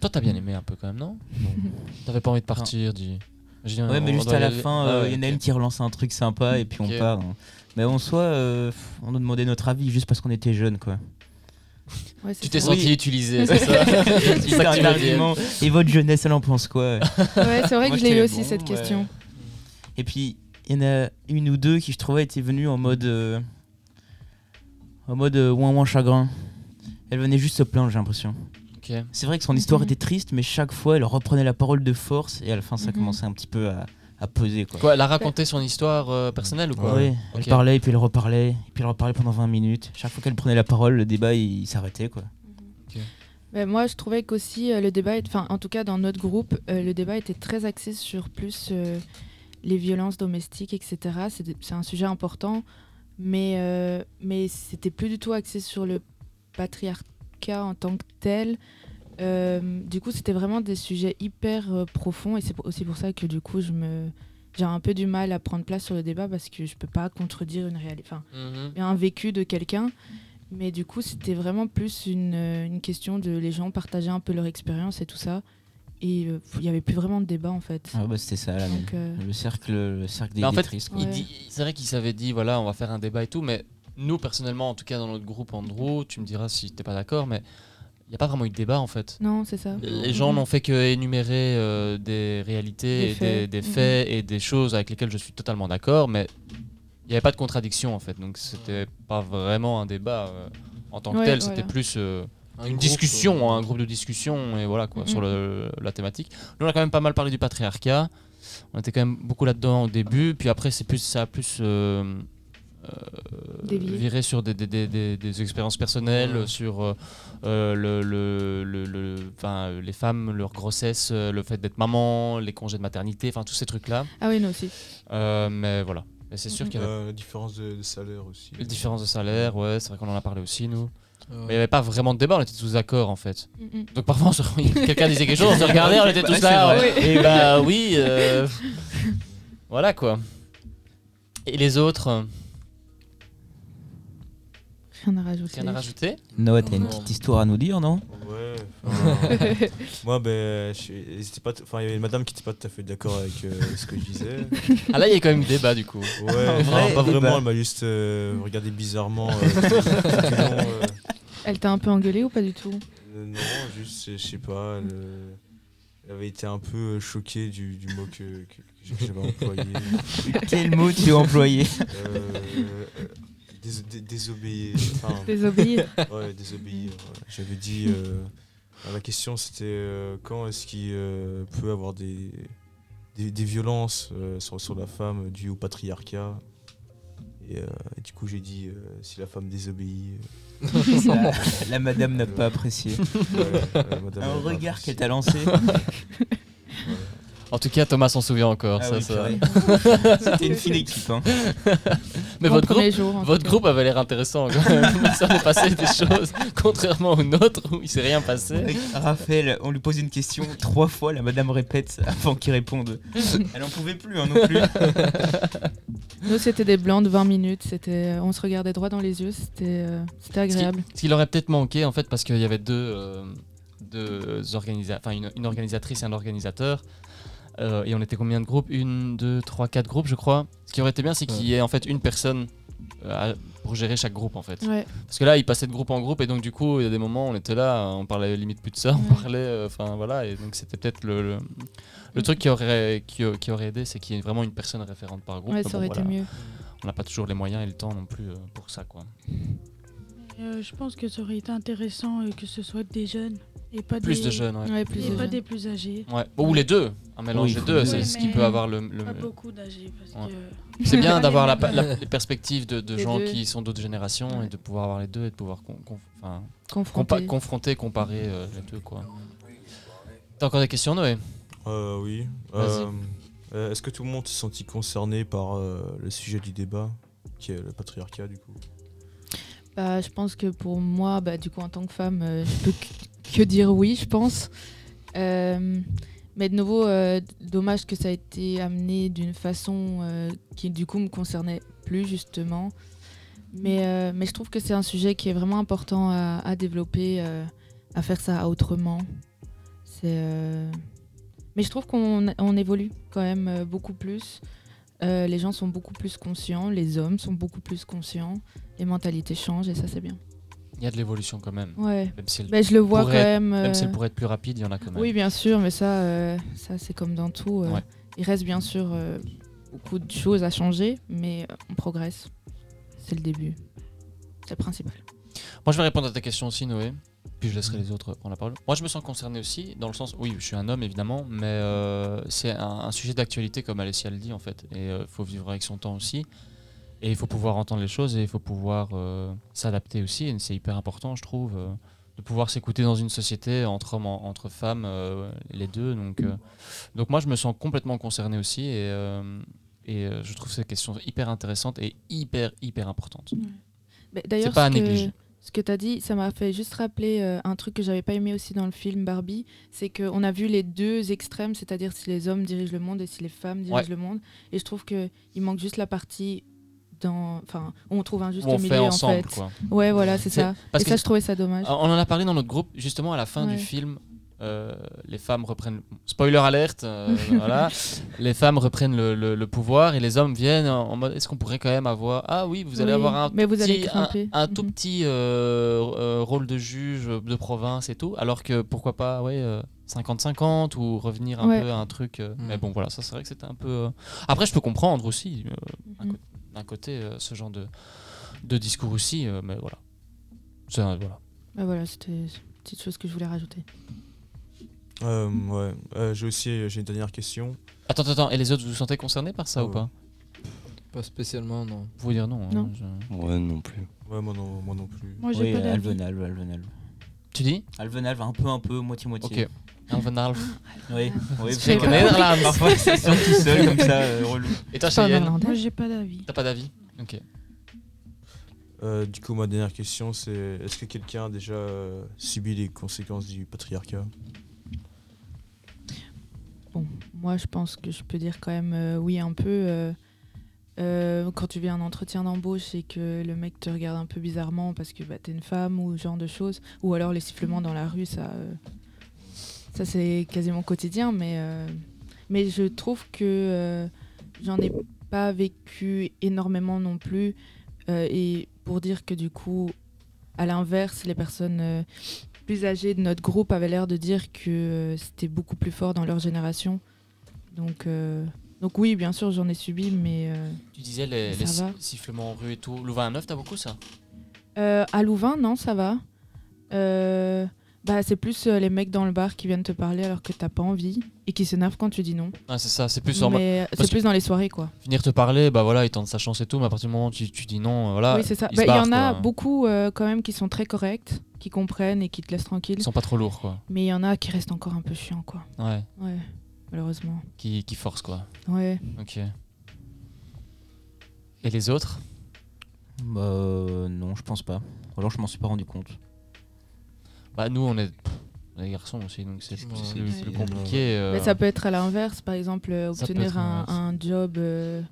B: Toi, t'as bien aimé un peu quand même, non T'avais pas envie de partir, dis. J'ai un-
E: Ouais, mais
B: on
E: juste
B: doit
E: à
B: y
E: la
B: aller.
E: fin,
B: Ah
E: euh,
B: ouais,
E: il y en a
B: ok.
E: une qui relance un truc sympa et puis on
B: Ok.
E: part. hein. Mais en soi, euh, pff, on nous demandait notre avis juste parce qu'on était jeunes, quoi.
C: Ouais, c'est
B: Tu t'es
C: ça.
B: senti
E: Oui.
B: utilisé, c'est ça C'est ça que tu
E: un
B: veux dire.
E: argument. Et votre jeunesse, elle en pense quoi
C: Ouais, c'est vrai
E: Moi,
C: que je l'ai
E: j'étais
C: eu
E: là,
C: aussi,
E: bon,
C: cette
E: ouais.
C: question.
E: Et puis, il y en a une ou deux qui, je trouvais, étaient venues en mode. euh, en mode euh, ouin ouin chagrin. Elle venait juste se plaindre, j'ai l'impression.
B: Ok.
E: C'est vrai que son histoire
C: Mhm.
E: était triste, mais chaque fois, elle reprenait la parole de force et à la fin, ça
C: Mhm.
E: commençait un petit peu à, à peser, quoi.
B: Quoi, elle a raconté son histoire euh, personnelle ou quoi
E: Oui,
B: Ok.
E: elle parlait, et puis elle reparlait, et puis elle reparlait pendant 20 minutes. Chaque fois qu'elle prenait la parole, le débat, il, il s'arrêtait, quoi.
C: Mais Ben, moi, je trouvais qu'aussi euh, le débat, est- enfin, en tout cas dans notre groupe, euh, le débat était très axé sur plus euh, les violences domestiques, etc. C'est des- C'est un sujet important, mais, euh, mais c'était plus du tout axé sur le patriarcat en tant que tel. Euh, du coup, c'était vraiment des sujets hyper euh, profonds, et c'est pour- aussi pour ça que du coup, je me j'ai un peu du mal à prendre place sur le débat parce que je peux pas contredire une réalité. Enfin,
B: Mhm.
C: un vécu de quelqu'un. Mais du coup, c'était vraiment plus une, euh, une question de les gens partager un peu leur expérience et tout ça. Et euh, il n'y avait plus vraiment de débat en fait.
E: Ah bah, c'était ça, là,
C: Donc, euh,
E: le cercle, le cercle des,
B: Mais Bah, en
E: des
B: fait,
E: tristes, quoi.
B: il
C: Ouais.
B: dit- c'est vrai qu'il s'avait dit, voilà, on va faire un débat et tout, mais nous, personnellement, en tout cas dans notre groupe Andrew, tu me diras si t'es pas d'accord, mais il n'y a pas vraiment eu de débat en fait.
C: Non, c'est ça.
B: Les gens n'ont fait que énumérer euh, des réalités,
C: Des
B: et des,
C: faits. Mhm.
B: des faits et des choses avec lesquelles je suis totalement d'accord, mais il n'y avait pas de contradiction en fait, donc c'était pas vraiment un débat euh, en tant que
C: Ouais,
B: tel,
C: voilà.
B: c'était plus euh,
F: Un
B: une
F: groupe,
B: discussion,
F: euh,
B: hein, un groupe de discussion, et voilà quoi,
C: Mhm.
B: sur le- la thématique. Nous, on a quand même pas mal parlé du patriarcat. On était quand même beaucoup là-dedans au début, puis après, c'est plus ça a plus euh, euh,
C: Dévié.
B: viré sur des, des- des- des- des expériences personnelles,
F: Ouais.
B: sur euh, euh, le, le- le- le- enfin, euh, les femmes, leur grossesse, euh, le fait d'être maman, les congés de maternité, enfin tous ces trucs-là.
C: Ah oui, nous aussi.
B: Euh, mais voilà. Mais c'est sûr
C: Mhm.
B: qu'il y avait
H: Euh, la différence de, de salaire aussi.
B: une différence de salaire, ouais, c'est vrai qu'on en a parlé aussi, nous.
F: euh,
B: Mais il n'y avait pas vraiment de débat, on était tous d'accord en fait.
C: Mhm.
B: Donc parfois, on se- quelqu'un disait quelque chose, on se regardait, on était tous
E: Ouais,
B: là.
E: c'est
B: ouais. Et bah oui, euh, voilà quoi. Et les autres, euh,
C: Rien à rajouter.
B: rien à rajouter
E: Noah, t'as une
F: Non.
E: petite histoire à nous dire, non
H: Ouais. Enfin, moi, ben, je- j'étais pas t- enfin, il y avait une madame qui n'était pas tout à fait d'accord avec euh, ce que je disais.
B: Ah là, il y a quand même débat du coup.
H: Ouais,
E: Un
H: enfin,
E: vrai
H: pas
E: débat.
H: vraiment, elle m'a juste euh, regardé bizarrement. euh, tout le long, euh.
C: Elle t'a un peu engueulé ou pas du tout
H: Euh, non, juste, je je sais pas, elle, euh, elle avait été un peu euh, choquée du, du mot que, que- que j'avais employé.
E: Quel mot tu as employé
H: Euh, euh, dés- dé- désobéir. Enfin,
C: Désobéir.
H: ouais, désobéir. ouais. J'avais dit. euh, alors la question c'était euh, quand est-ce qu'il euh, peut avoir des, des, des violences euh, sur, sur la femme dues au patriarcat et, euh, et du coup j'ai dit euh, si la femme désobéit.
E: la, la madame n'a pas apprécié.
H: euh, ouais, euh, madame,
E: Un
H: elle va
E: regard
H: apprécier.
E: qu'elle t'a lancé.
B: En tout cas, Thomas s'en souvient encore.
E: Ah
B: ça,
E: oui,
B: ça-
E: purée. C'était une fine équipe. hein.
B: Mais
C: Mon
B: votre groupe,
C: premier jour, en tout
B: votre
C: cas.
B: groupe avait l'air intéressant quand même. ça s'est passé des choses, contrairement au nôtre où il s'est rien passé.
E: Avec Raphaël, on lui pose une question trois fois, la madame répète avant qu'il réponde. Elle en pouvait plus hein, non plus.
C: Nous, c'était des blancs de 20 minutes. C'était, euh, on se regardait droit dans les yeux. C'était, euh, c'était
B: Ce qui-
C: agréable.
B: Ce qui leur aurait peut-être manqué en fait parce qu'il y avait deux, euh, deux organisa- enfin une, une organisatrice et un organisateur. Euh, et on était combien de groupes Une, deux, trois, quatre groupes je crois. Ce qui aurait été bien c'est qu'il y ait en fait une personne euh, à- pour gérer chaque groupe en fait.
C: Ouais.
B: Parce que là ils passaient de groupe en groupe et donc du coup il y a des moments on était là, on parlait limite plus de ça, on
C: Ouais.
B: parlait, euh, enfin voilà, et donc c'était peut-être le, le, le truc qui aurait, qui, qui aurait aidé c'est qu'il y ait vraiment une personne référente par groupe.
C: Ouais,
B: Mais
C: ça
B: bon,
C: aurait
B: voilà,
C: été mieux.
B: On n'a pas toujours les moyens et le temps non plus euh, pour ça quoi.
G: Mais, euh, je pense que ça aurait été intéressant euh, que ce soit des jeunes et pas
B: Plus
G: des,
B: de jeunes ouais.
C: Ouais, plus
G: et
C: de
G: pas
C: jeunes.
G: des plus âgés.
B: Ouais. Ou les deux, un mélange
E: Oui,
B: des
E: faut
B: deux,
E: les
B: c'est
G: deux.
B: ce qui
G: Mais
B: peut avoir le. le-
G: Pas beaucoup d'âgés parce
B: Ouais.
G: que
B: C'est bien
G: Les
B: d'avoir la,
G: mêmes.
B: la- les perspectives de, de
C: Les
B: gens
C: deux.
B: qui sont d'autres générations
C: Ouais.
B: et de pouvoir avoir les deux et de pouvoir con- con- enfin, compa-
C: Confronté.
B: confronter, comparer euh, les deux quoi. T'as encore des questions Noé
H: Euh, oui.
B: Vas-y.
H: Euh, euh, Est-ce que tout le monde s'est senti concerné par euh, le sujet du débat, qui est le patriarcat du coup
C: Bah, je pense que pour moi, bah, du coup, en tant que femme, euh, je peux que- que dire oui, je pense. Euh, mais de nouveau, euh, dommage que ça a été amené d'une façon euh, qui, du coup, me concernait plus, justement. Mais, euh, mais je trouve que c'est un sujet qui est vraiment important à, à développer, euh, à faire ça autrement. C'est, euh, Mais je trouve qu'on on évolue quand même euh, beaucoup plus. Euh, les gens sont beaucoup plus conscients, les hommes sont beaucoup plus conscients les mentalités changent et ça c'est bien.
B: Il y a de l'évolution quand même.
C: Ouais.
B: Même si, elle,
C: Mais je le vois
B: Pour
C: quand
B: être-
C: même.
B: même si
C: euh,
B: elle pourrait être plus rapide, il y en a quand même.
C: Oui, bien sûr, mais ça, euh, ça c'est comme dans tout. euh,
B: Ouais.
C: Il reste bien sûr euh, beaucoup de choses à changer, mais euh, on progresse. C'est le début. C'est le principal.
B: Moi, je vais répondre à ta question aussi, Noé. Puis je laisserai les autres prendre la parole. Moi, je me sens concerné aussi, dans le sens, oui, je suis un homme évidemment, mais euh, c'est un, un sujet d'actualité, comme Alessia le dit en fait. Et il faut vivre avec son temps aussi. Et il faut pouvoir entendre les choses et il faut pouvoir euh, s'adapter aussi. Et c'est hyper important, je trouve, euh, de pouvoir s'écouter dans une société entre hommes, en- entre femmes, euh, les deux. Donc, euh, donc moi, je me sens complètement concerné aussi. Et, euh, et euh, je trouve cette question hyper intéressante et hyper, hyper importante.
C: Mais D'ailleurs,
B: pas à
C: ce
B: négliger.
C: que, ce que tu as dit, ça m'a fait juste rappeler euh, un truc que j'avais pas aimé aussi dans le film Barbie, c'est qu'on a vu les deux extrêmes, c'est-à-dire si les hommes dirigent le monde et si les femmes dirigent
B: Ouais.
C: le monde. Et je trouve qu'il manque juste la partie dans, enfin, où on trouve un juste
B: Où on
C: milieu
B: fait ensemble,
C: en fait.
B: quoi.
C: Ouais, voilà, c'est
B: C'est-
C: ça.
B: parce
C: et
B: que-
C: ça, je trouvais ça dommage.
B: Ah, On en a parlé dans notre groupe, justement à la fin
C: Ouais.
B: du film. euh, les femmes reprennent. Spoiler alerte, euh, voilà. Les femmes reprennent le, le- le pouvoir et les hommes viennent en en mode est-ce qu'on pourrait quand même avoir. Ah oui, vous allez
C: Oui,
B: avoir un,
C: mais vous
B: petit-
C: allez
B: un,
C: grimper.
B: un tout
C: Mhm.
B: petit euh, euh, rôle de juge de province et tout, alors que pourquoi pas, ouais. euh, 50-50 ou revenir un
C: Ouais.
B: peu à un truc. euh,
F: Mhm.
B: Mais bon, voilà, ça c'est vrai que c'était un peu. euh, Après, je peux comprendre aussi, euh,
C: Mhm.
B: d'un côté, euh, ce genre de, de discours aussi, euh, mais voilà. C'est un- voilà.
C: Bah voilà, c'était une petite chose que je voulais rajouter.
H: Euh, Ouais. Euh, j'ai aussi j'ai une dernière question.
B: Attends, attends, attends, et les autres, vous vous sentez concernés par ça
H: Ah
B: ou
E: Oh.
H: ouais.
B: pas
F: Pas spécialement, non.
B: Vous pouvez dire non. hein,
C: Non.
B: je-
D: Ouais, non plus.
H: Ouais, moi non, moi non plus.
G: moi j'ai
E: Oui,
G: pas d'avis.
E: Alven Alve, Alven Alve.
B: Tu dis
E: Alven Alve, un peu, un peu, moitié-moitié.
B: Ok. Alvin Alf.
C: Ah.
E: Oui, oui,
C: Je sais
E: parce que
C: pas.
E: parfois- Parfois, ça sort tout seul comme ça, euh, relou.
B: Et toi,
C: C'est un
B: Cheyenne
G: Moi
C: Irlandais.
G: j'ai pas d'avis.
B: T'as pas d'avis Ok.
H: Euh, du coup, ma dernière question, c'est est-ce que quelqu'un a déjà euh, subi les conséquences du patriarcat
C: Moi, je pense que je peux dire quand même euh, oui un peu. euh, Euh, quand tu viens à un entretien d'embauche et que le mec te regarde un peu bizarrement parce que bah, t'es une femme ou ce genre de choses, ou alors les sifflements dans la rue, ça, euh, ça c'est quasiment quotidien, mais, euh, mais je trouve que euh, j'en ai pas vécu énormément non plus. Euh, et pour dire que du coup, à l'inverse, les personnes euh, plus âgées de notre groupe avaient l'air de dire que euh, c'était beaucoup plus fort dans leur génération. Donc, euh, donc oui, bien sûr, j'en ai subi, mais... euh,
B: Tu disais les,
C: Ça
B: les si-
C: va.
B: sifflements en rue et tout. Louvain 9, t'as beaucoup ça
C: Euh, à Louvain, non, ça va. Euh, bah, c'est plus euh, les mecs dans le bar qui viennent te parler alors que t'as pas envie et qui s'énervent quand tu dis non.
B: ah, C'est ça, c'est plus en mode
C: Mais
B: parce
C: c'est
B: que-
C: plus dans les soirées, quoi.
B: venir te parler, bah voilà, il tente sa chance et tout, mais à partir du moment où tu, tu dis non, euh, voilà.
C: oui, c'est ça.
B: ils
C: Bah,
B: se
C: Il y
B: barrent,
C: en a
B: quoi.
C: beaucoup euh, quand même qui sont très corrects, qui comprennent et qui te laissent tranquille.
B: Ils sont pas trop lourds, quoi.
C: Mais il y en a qui restent encore un peu chiants, quoi.
B: Ouais,
C: Ouais, malheureusement.
B: qui, qui forcent, quoi.
C: Ouais.
B: Ok. Et les autres
E: Bah euh, non, je pense pas. Ou alors je m'en suis pas rendu compte.
B: Bah, nous, on est. pff, on est des garçons aussi, donc c'est
F: Ouais,
B: c'est plus,
F: c'est-
B: plus compliqué. euh.
C: Mais Bah, ça peut être à l'inverse, par exemple, euh,
B: Ça peut
C: obtenir
B: être
C: un,
B: l'inverse.
C: un job euh,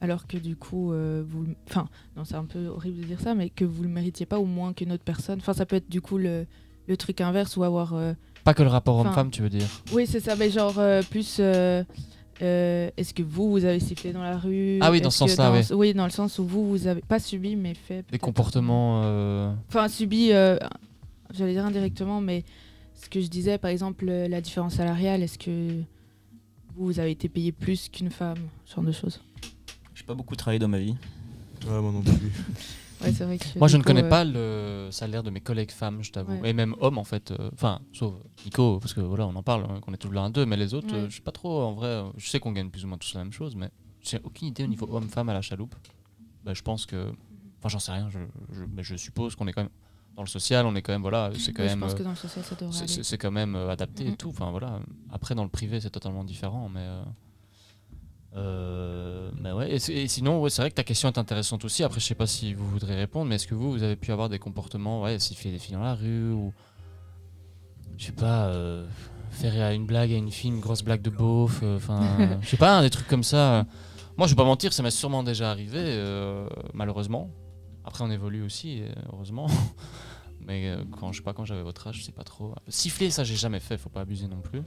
C: alors que du coup, euh, vous. le- Enfin, non, c'est un peu horrible de dire ça, mais que vous le méritiez pas ou moins qu'une autre personne. Enfin, ça peut être du coup le, le truc inverse ou avoir. euh,
B: Pas que le rapport
C: Enfin-
B: homme-femme, tu veux dire.
C: Oui, c'est ça, mais genre euh, plus. euh, euh, Est-ce que vous, vous avez sifflé dans la rue
B: Ah oui, dans
C: Est-ce
B: ce
C: que
B: sens-là,
C: dans-
B: ouais.
C: Oui, dans le sens où vous, vous avez pas subi, mais fait.
B: Des
C: peut-être.
B: comportements. euh,
C: Enfin, subi, euh, j'allais dire indirectement, mais ce que je disais, par exemple, euh, la différence salariale, est-ce que vous, vous avez été payé plus qu'une femme Ce genre de choses.
E: J'ai pas beaucoup travaillé dans ma vie.
H: Ouais, moi non plus.
C: Ouais, c'est vrai que.
B: Moi,
C: du
B: je ne
C: coup,
B: connais
C: euh,
B: pas le salaire de mes collègues femmes, je t'avoue.
C: Ouais.
B: Et même hommes, en fait. euh, Enfin, sauf Nico, parce que voilà, on en parle, hein, qu'on est tous là un deux, mais les autres,
C: Ouais.
B: euh, je sais pas trop, en vrai, euh, je sais qu'on gagne plus ou moins tous la même chose, mais j'ai aucune idée au niveau homme-femme à la chaloupe. Bah, je pense que. Enfin, j'en sais rien, je, je- mais je suppose qu'on est quand même. Dans le social, on est quand même, voilà, c'est quand
C: oui,
B: même.
C: Je pense
B: euh,
C: que dans le social, ça devrait
B: c'est-
C: aller.
B: c'est c'est quand même euh, adapté et
C: Mhm.
B: tout. Enfin voilà. Après dans le privé c'est totalement différent, mais euh, euh, mais ouais. Et, c'est- et sinon ouais, c'est vrai que ta question est intéressante aussi. Après je sais pas si vous voudrez répondre, mais est-ce que vous vous avez pu avoir des comportements, ouais, siffler des filles dans la rue ou je sais pas euh, faire à une blague à une fille une grosse blague de beauf, euh, enfin euh, je sais pas des trucs comme ça. Moi je vais pas mentir, ça m'est sûrement déjà arrivé euh, malheureusement. Après on évolue aussi euh, heureusement. Mais euh, quand je sais pas quand j'avais votre âge, je sais pas trop. Siffler, ça j'ai jamais fait, faut pas abuser non plus.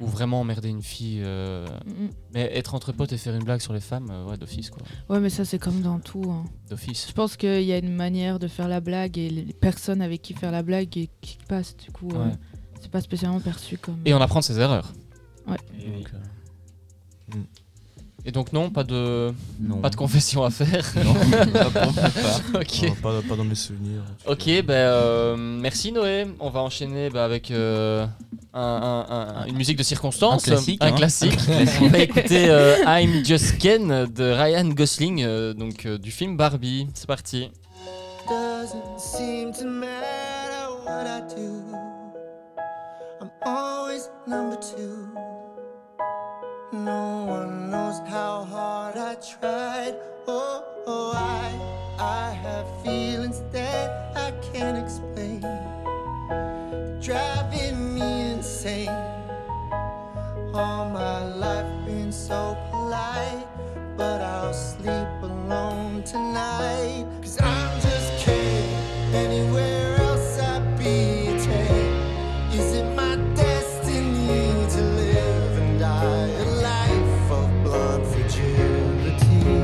B: Ou vraiment emmerder une fille. euh,
C: Mm, mm.
B: Mais être entre potes et faire une blague sur les femmes, euh, ouais, d'office quoi.
C: Ouais, mais ça, c'est comme dans tout. hein. Je
B: D'office.
C: pense qu'il y a une manière de faire la blague et les personnes avec qui faire la blague et qui passent, du coup, euh,
B: Ouais.
C: c'est pas spécialement perçu comme.
B: Et en apprendre ses erreurs.
C: Ouais.
B: Et donc, euh,
H: Mm.
B: Et donc, non, pas de,
E: Non.
B: pas de confession à faire.
E: Non, pas pour ma part.
B: ok.
H: Enfin, pas, pas dans mes souvenirs. en tout
B: Ok,
H: cas.
B: ben euh, merci Noé. On va enchaîner bah, avec euh, un- un- un- une musique de circonstance,
E: Un classique, hein.
B: classique. On va écouter euh, I'm Just Ken de Ryan Gosling, euh, donc euh, du film Barbie. C'est parti.
J: Doesn't seem to matter what I do. I'm always number two. No one knows how hard I tried. Oh, oh I, I have feelings that I can't explain. Driving me insane. All my life been so polite but I'll sleep alone tonight. Cause I'm just kidding. Anywhere else I'd be taken. Is it my destiny to live and die a life of blood fragility?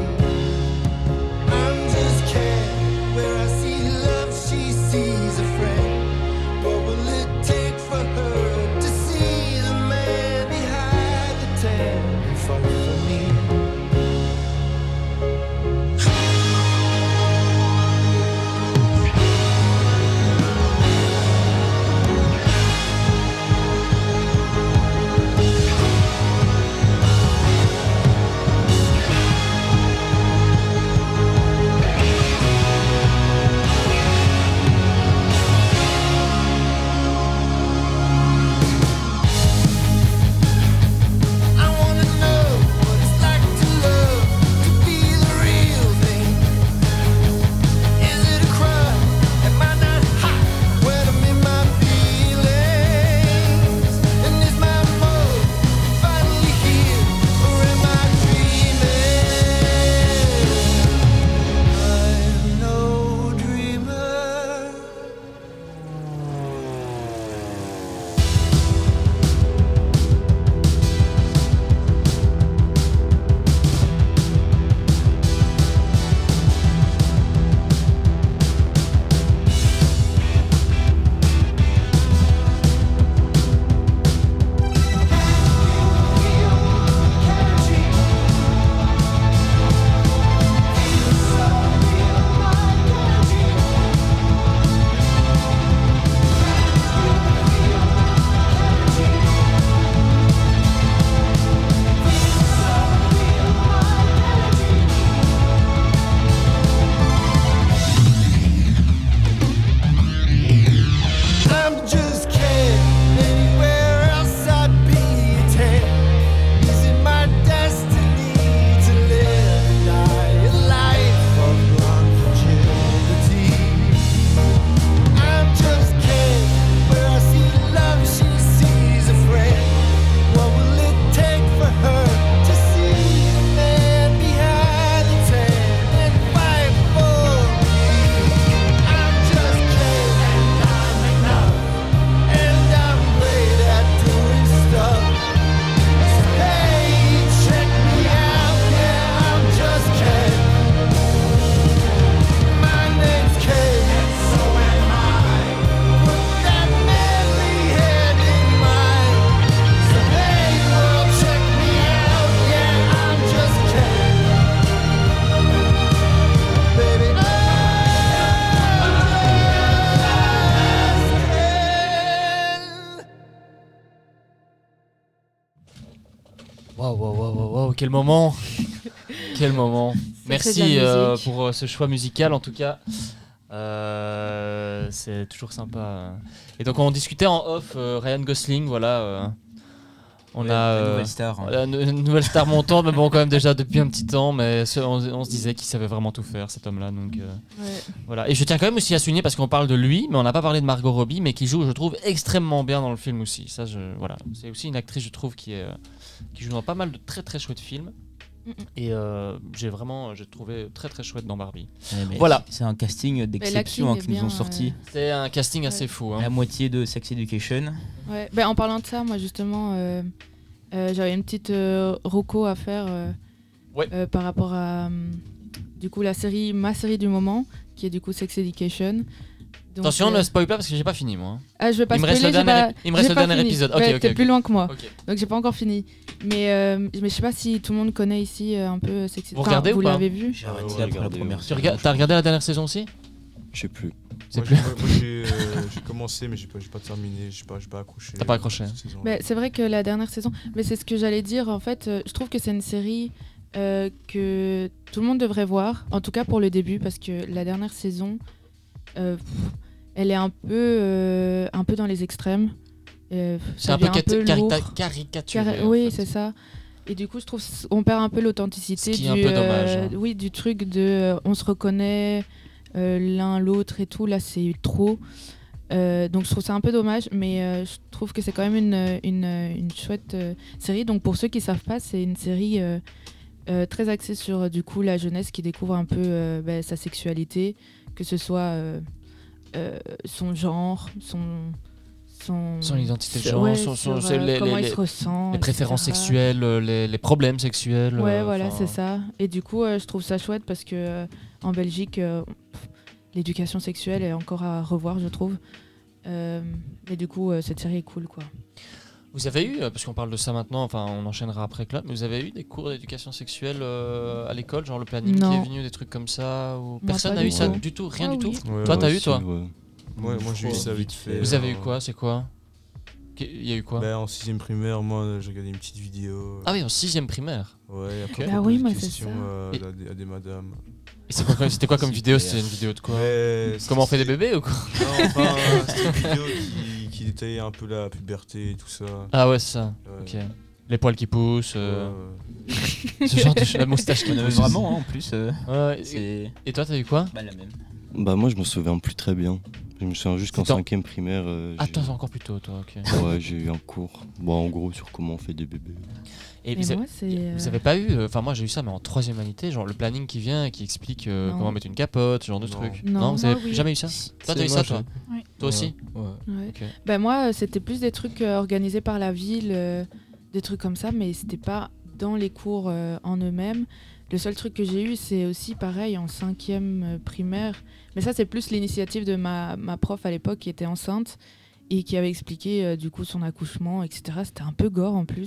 J: I'm just kidding. Where I see love, she sees a friend. What will it take for her to see the man behind the tan and fall for me?
B: quel moment Quel moment
E: c'est de
B: Merci
E: la
B: euh,
E: musique.
B: pour euh, ce choix musical en tout cas. Euh, c'est toujours sympa. Et donc on discutait en off euh, Ryan Gosling, voilà. euh, on
E: Ouais,
B: a
E: la
B: euh,
E: nouvelle star, hein.
B: la nou- une nouvelle star montante, mais bon quand même déjà depuis un petit temps, mais ce- on, on se disait qu'il savait vraiment tout faire cet homme-là, donc euh,
E: Ouais.
B: voilà. Et je tiens quand même aussi à souligner parce qu'on parle de lui, mais on n'a pas parlé de Margot Robbie, mais qui joue, je trouve, extrêmement bien dans le film aussi. Ça, je voilà, c'est aussi une actrice, je trouve, qui est euh, qui joue dans pas mal de très très chouettes films. Et euh, j'ai vraiment, j'ai trouvé très très chouette dans Barbie.
E: Ouais, mais
B: voilà.
E: C'est un casting d'exception hein,
C: l'acting est
E: qu'ils nous
C: bien,
E: ont sorti.
B: C'est un casting assez fou. hein.
E: La moitié de Sex Education.
C: Ouais, ben, en parlant de ça, moi justement, euh, euh, j'avais une petite euh, roco à faire euh, euh, par rapport à hum, du coup la série, ma série du moment, qui est du coup Sex Education. Donc,
B: Attention,
C: euh,
B: ne spoil pas parce que j'ai pas fini moi. hein.
C: Ah, je vais pas
B: Il me reste
C: spoiler,
B: le
C: j'ai
B: dernier,
C: pas-
B: il me
C: j'ai
B: reste le
C: pas
B: dernier
C: fini.
B: épisode. Ok,
C: Ouais,
B: ok,
C: T'es
B: ok.
C: plus loin que moi,
B: Ok.
C: donc j'ai pas encore fini. Mais euh, mais je sais pas si tout le monde connaît ici euh, un peu Sex
B: Vous regardez
C: vous
B: ou pas
C: l'avez vu
E: J'ai arrêté après la première
B: Tu regardes- t'as regardé la dernière saison aussi
D: Je sais plus.
B: C'est
H: Moi,
B: plus-
H: j'ai pas- moi, j'ai euh, j'ai commencé, mais j'ai pas, j'ai pas terminé, j'ai pas, j'ai pas accroché.
B: T'as pas accroché.
H: cette saison.
C: Mais c'est vrai que la dernière saison, mais c'est ce que j'allais dire. En fait, euh, je trouve que c'est une série euh, que tout le monde devrait voir, en tout cas pour le début, parce que la dernière saison, euh, pff, elle est un peu, euh, un peu dans les extrêmes. Euh,
B: C'est
C: ça
B: un peu
C: devient
B: cata-
C: lourd.
B: carita- caricaturé,
C: Cari-
B: en
C: oui, c'est ça. Et du coup, je trouve c- on perd un peu l'authenticité
B: Ce qui
C: du,
B: est un peu dommage,
C: euh,
B: hein.
C: oui, du truc de, euh, on se reconnaît euh, l'un l'autre et tout. Là, c'est trop. Euh, donc je trouve ça un peu dommage, mais euh, je trouve que c'est quand même une, euh, une, une chouette euh, série. Donc pour ceux qui savent pas, c'est une série euh, euh, très axée sur euh, du coup la jeunesse qui découvre un peu euh, bah, sa sexualité, que ce soit euh, euh, son genre, son son,
B: Son identité de
C: sur-
B: genre,
C: ouais,
B: son- son-
C: sur,
B: c'est
C: euh,
B: les,
C: comment
B: les-
C: il se
B: les-
C: ressent,
B: les préférences
C: etc..
B: sexuelles, euh, les, les problèmes sexuels.
C: Ouais,
B: euh,
C: voilà,
B: enfin,
C: c'est ça. Et du coup, euh, je trouve ça chouette parce que euh, en Belgique, euh, pff, l'éducation sexuelle est encore à revoir, je trouve. Euh, et du coup, euh, cette série est cool, quoi.
B: Vous avez eu, euh, parce qu'on parle de ça maintenant, enfin on enchaînera après Claude, mais vous avez eu des cours d'éducation sexuelle euh, à l'école, genre le planning qui
C: Non.
B: est venu, des trucs comme ça ou...
C: Moi,
B: Personne
C: pas
B: n'a
C: du
B: eu ça
C: tout.
B: du tout, rien
C: Ah
B: du
C: oui.
B: tout.
H: Ouais,
B: toi,
H: ouais,
B: t'as eu
H: si,
B: toi
H: ouais. Moi- moi, j'ai eu ça vite fait,
B: Vous avez eu
H: euh,
B: quoi C'est quoi Qu'- Il y a eu quoi
H: Ben, En 6 primaire, moi, j'ai regardé une petite vidéo.
B: Ah oui, en 6 primaire.
H: Ouais, après,
C: Bah
H: on
B: Ok. Ah
H: posait
B: oui,
H: des
B: moi, c'est
H: questions,
B: ça.
H: euh,
B: Et-
H: à, des, à des madames.
B: Et c'est quoi- c'était quoi comme vidéo C'était une vidéo de quoi
H: Ouais,
B: Comment on fait des
H: c'était-
B: bébés ou quoi
H: Non, enfin, euh, c'était une vidéo qui, qui détaillait un peu la puberté et tout ça.
B: Ah ouais, c'est ça.
H: Ouais.
B: Ok. Les poils qui poussent, euh, ce genre de ch- la moustache qui
E: On avait
B: pousse.
E: vraiment, hein, en plus, euh,
B: Ouais,
E: c'est-
B: et, et toi, t'as eu quoi
E: Bah, la même.
D: Bah moi je m'en souviens plus très bien. Je me souviens juste qu'en
B: C'était en-
D: cinquième primaire. euh, j'ai-
B: Attends, c'est encore plus tôt, toi, ok.
D: Ouais, j'ai eu un cours. Bon, en gros sur comment on fait des bébés.
B: Et
C: Mais
B: vous, a-
C: moi, c'est,
B: vous
C: euh,
B: avez pas eu, euh, enfin moi j'ai eu ça, mais en troisième année, genre le planning qui vient et qui explique euh,
C: Non.
B: comment mettre une capote, ce genre de
F: Non.
B: truc.
C: Non,
B: vous
C: moi,
B: avez
C: oui.
B: jamais eu ça Toi t'as
F: moi,
B: eu ça,
F: j'ai-
B: toi
F: Oui.
B: Toi aussi
F: Ouais.
C: Ouais.
B: Ok.
C: Ben moi, euh, c'était plus des trucs euh, organisés par la ville, euh, des trucs comme ça, mais c'était pas dans les cours euh, en eux-mêmes. Le seul truc que j'ai eu, c'est aussi pareil en cinquième euh, primaire. Mais ça, c'est plus l'initiative de ma, ma prof à l'époque qui était enceinte et qui avait expliqué euh, du coup son accouchement, etc. C'était un peu gore en plus.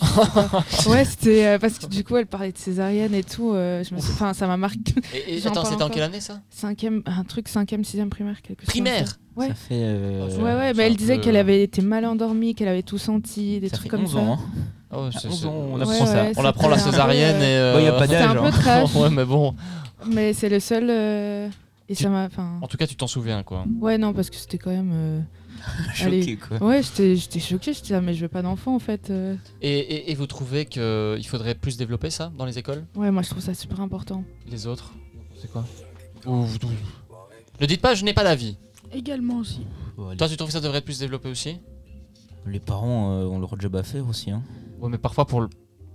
C: ouais, c'était euh, parce que du coup, elle parlait de césarienne et tout. euh, je me suis- Enfin, ça m'a marqué.
B: Et- et
C: J'en
B: attends,
C: parle
B: c'était en
C: encore.
B: quelle année, ça
C: Cinquième, un truc cinquième, sixième primaire, quelque chose. comme ça.
B: Primaire
C: Ouais.
E: Ça fait. euh,
C: Ouais, ouais, bah,
E: c'est un
C: elle disait
E: peu-
C: qu'elle avait été mal endormie, qu'elle avait tout senti, des
E: Ça
C: trucs
E: fait
C: comme
E: 11
C: ça.
E: ans. hein.
B: Ah ouais, c'est-
E: À 11 ans, on
B: c'est-
E: apprend
C: Ouais,
E: ça.
C: ouais,
B: On apprend la
C: c'était un peu,
B: césarienne et.
C: euh,
B: euh,
E: Ouais, y a pas
C: C'était
E: d'âge,
C: un peu
E: hein.
C: trash.
B: ouais, mais bon.
C: Mais c'est le seul. euh, Et ça m'a. Enfin.
B: En tout cas, tu t'en souviens, quoi.
C: Ouais, non, parce que c'était quand même. euh,
B: Choqué,
C: allez.
B: quoi.
C: Ouais, j'étais j'étais choquée. J'étais là, mais je veux pas d'enfant en fait. euh.
B: Et, et- et vous trouvez qu'il faudrait plus développer ça dans les écoles
C: Ouais, moi je trouve ça super important.
B: Les autres C'est quoi Ou vous trouvez- Ne dites pas, je n'ai pas d'avis.
G: Également aussi.
B: Toi, tu trouves que ça devrait être plus développé aussi
E: Les parents euh, ont leur job à faire aussi. Hein.
B: Ouais, mais parfois pour le-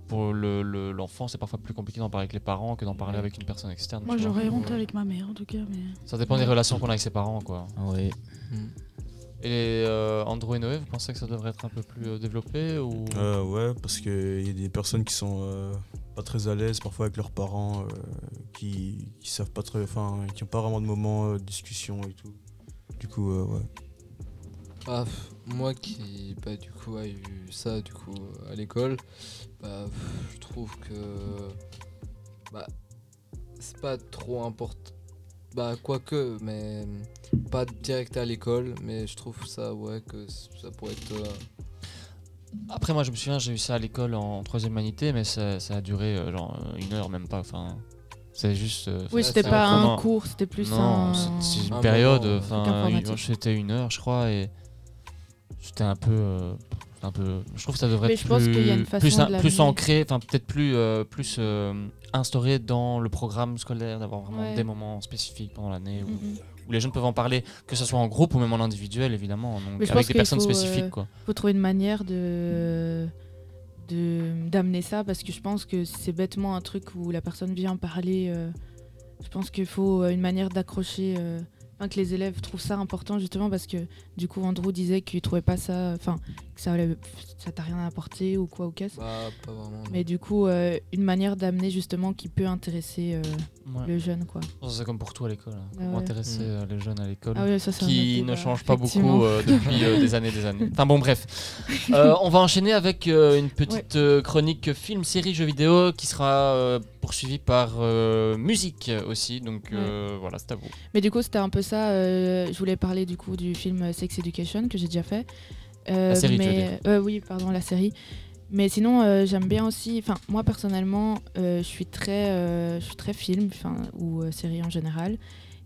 B: pour le- le- l'enfant, c'est parfois plus compliqué d'en parler avec les parents que d'en parler avec une personne externe.
G: Moi
B: tu vois.
G: j'aurais honte avec ma mère en tout cas, mais.
B: Ça dépend des relations qu'on a avec ses parents, quoi.
E: Ouais.
B: Et euh, Andrew et Noé, vous pensez que ça devrait être un peu plus euh, développé ou
H: Euh, ouais, parce qu'il y a des personnes qui sont euh, pas très à l'aise parfois avec leurs parents, euh, qui, qui savent pas très, enfin, qui ont pas vraiment de moments euh, de discussion et tout. Du coup, euh, ouais.
F: Ah, pff, moi qui bah, du coup a eu ça du coup à l'école, bah, pff, je trouve que bah, c'est pas trop important. Bah quoique, mais pas direct à l'école, mais je trouve ça ouais que c- ça pourrait être euh,
B: Après, moi, je me souviens, j'ai eu ça à l'école en troisième humanité, mais ça, ça a duré euh, genre euh, une heure, même pas. Enfin, c'est juste. euh,
C: Oui,
B: c'est-
C: c'était
B: c'est
C: pas un
B: vraiment-
C: cours, c'était plus
B: Non,
C: un-
B: c'est- c'est
C: Un
B: une période.
C: moment, euh, truc
B: Enfin,
C: informatique.
B: une- c'était une heure, je crois, et c'était un peu, euh, un peu. Je trouve que ça devrait
C: Mais
B: être
C: je pense
B: plus,
C: qu'il y a une façon
B: plus,
C: de
B: un- plus
C: l'amener.
B: ancré, enfin peut-être plus, euh, plus euh, instauré dans le programme scolaire, d'avoir vraiment
C: Ouais.
B: des moments spécifiques pendant l'année où,
C: Mhm.
B: où les jeunes peuvent en parler, que ce soit en groupe ou même en individuel, évidemment, donc
C: Mais je
B: avec
C: pense
B: des
C: qu'il
B: personnes
C: faut, euh,
B: spécifiques, quoi.
C: faut trouver une manière de de- d'amener ça parce que je pense que c'est bêtement un truc où la personne vient en parler. euh, je pense qu'il faut euh, une manière d'accrocher, euh, enfin, que les élèves trouvent ça important justement parce que du coup Andrew disait qu'il trouvait pas ça, enfin que ça allait- ça t'a rien apporté ou quoi ou casse.
F: Bah, pas vraiment, non.
C: Mais du coup euh, une manière d'amener justement qui peut intéresser euh,
B: Ouais.
C: le jeune quoi.
B: Oh, Ça, C'est comme pour tout à l'école. hein.
C: Ah
B: Comment
C: ouais.
B: intéresser
C: Mm.
B: euh, les jeunes à l'école
C: Ah oui, ça, c'est un
B: qui
C: autre
B: ne
C: débat,
B: change pas
C: effectivement.
B: beaucoup euh, depuis euh, des années des années. Enfin bon, bref. Euh, on va enchaîner avec euh, une petite euh, chronique film, série, jeux vidéo qui sera euh, poursuivie par euh, musique aussi. Donc euh, voilà, c'est à vous.
C: Mais du coup, c'était un peu ça. euh, je voulais parler du coup du film Sex Education que j'ai déjà fait. Euh,
B: La série, tu veux
C: mais, euh, oui, pardon, la série. Mais sinon, euh, j'aime bien aussi. Enfin, moi personnellement, euh, je suis très, euh, je suis très film, enfin ou euh, série en général.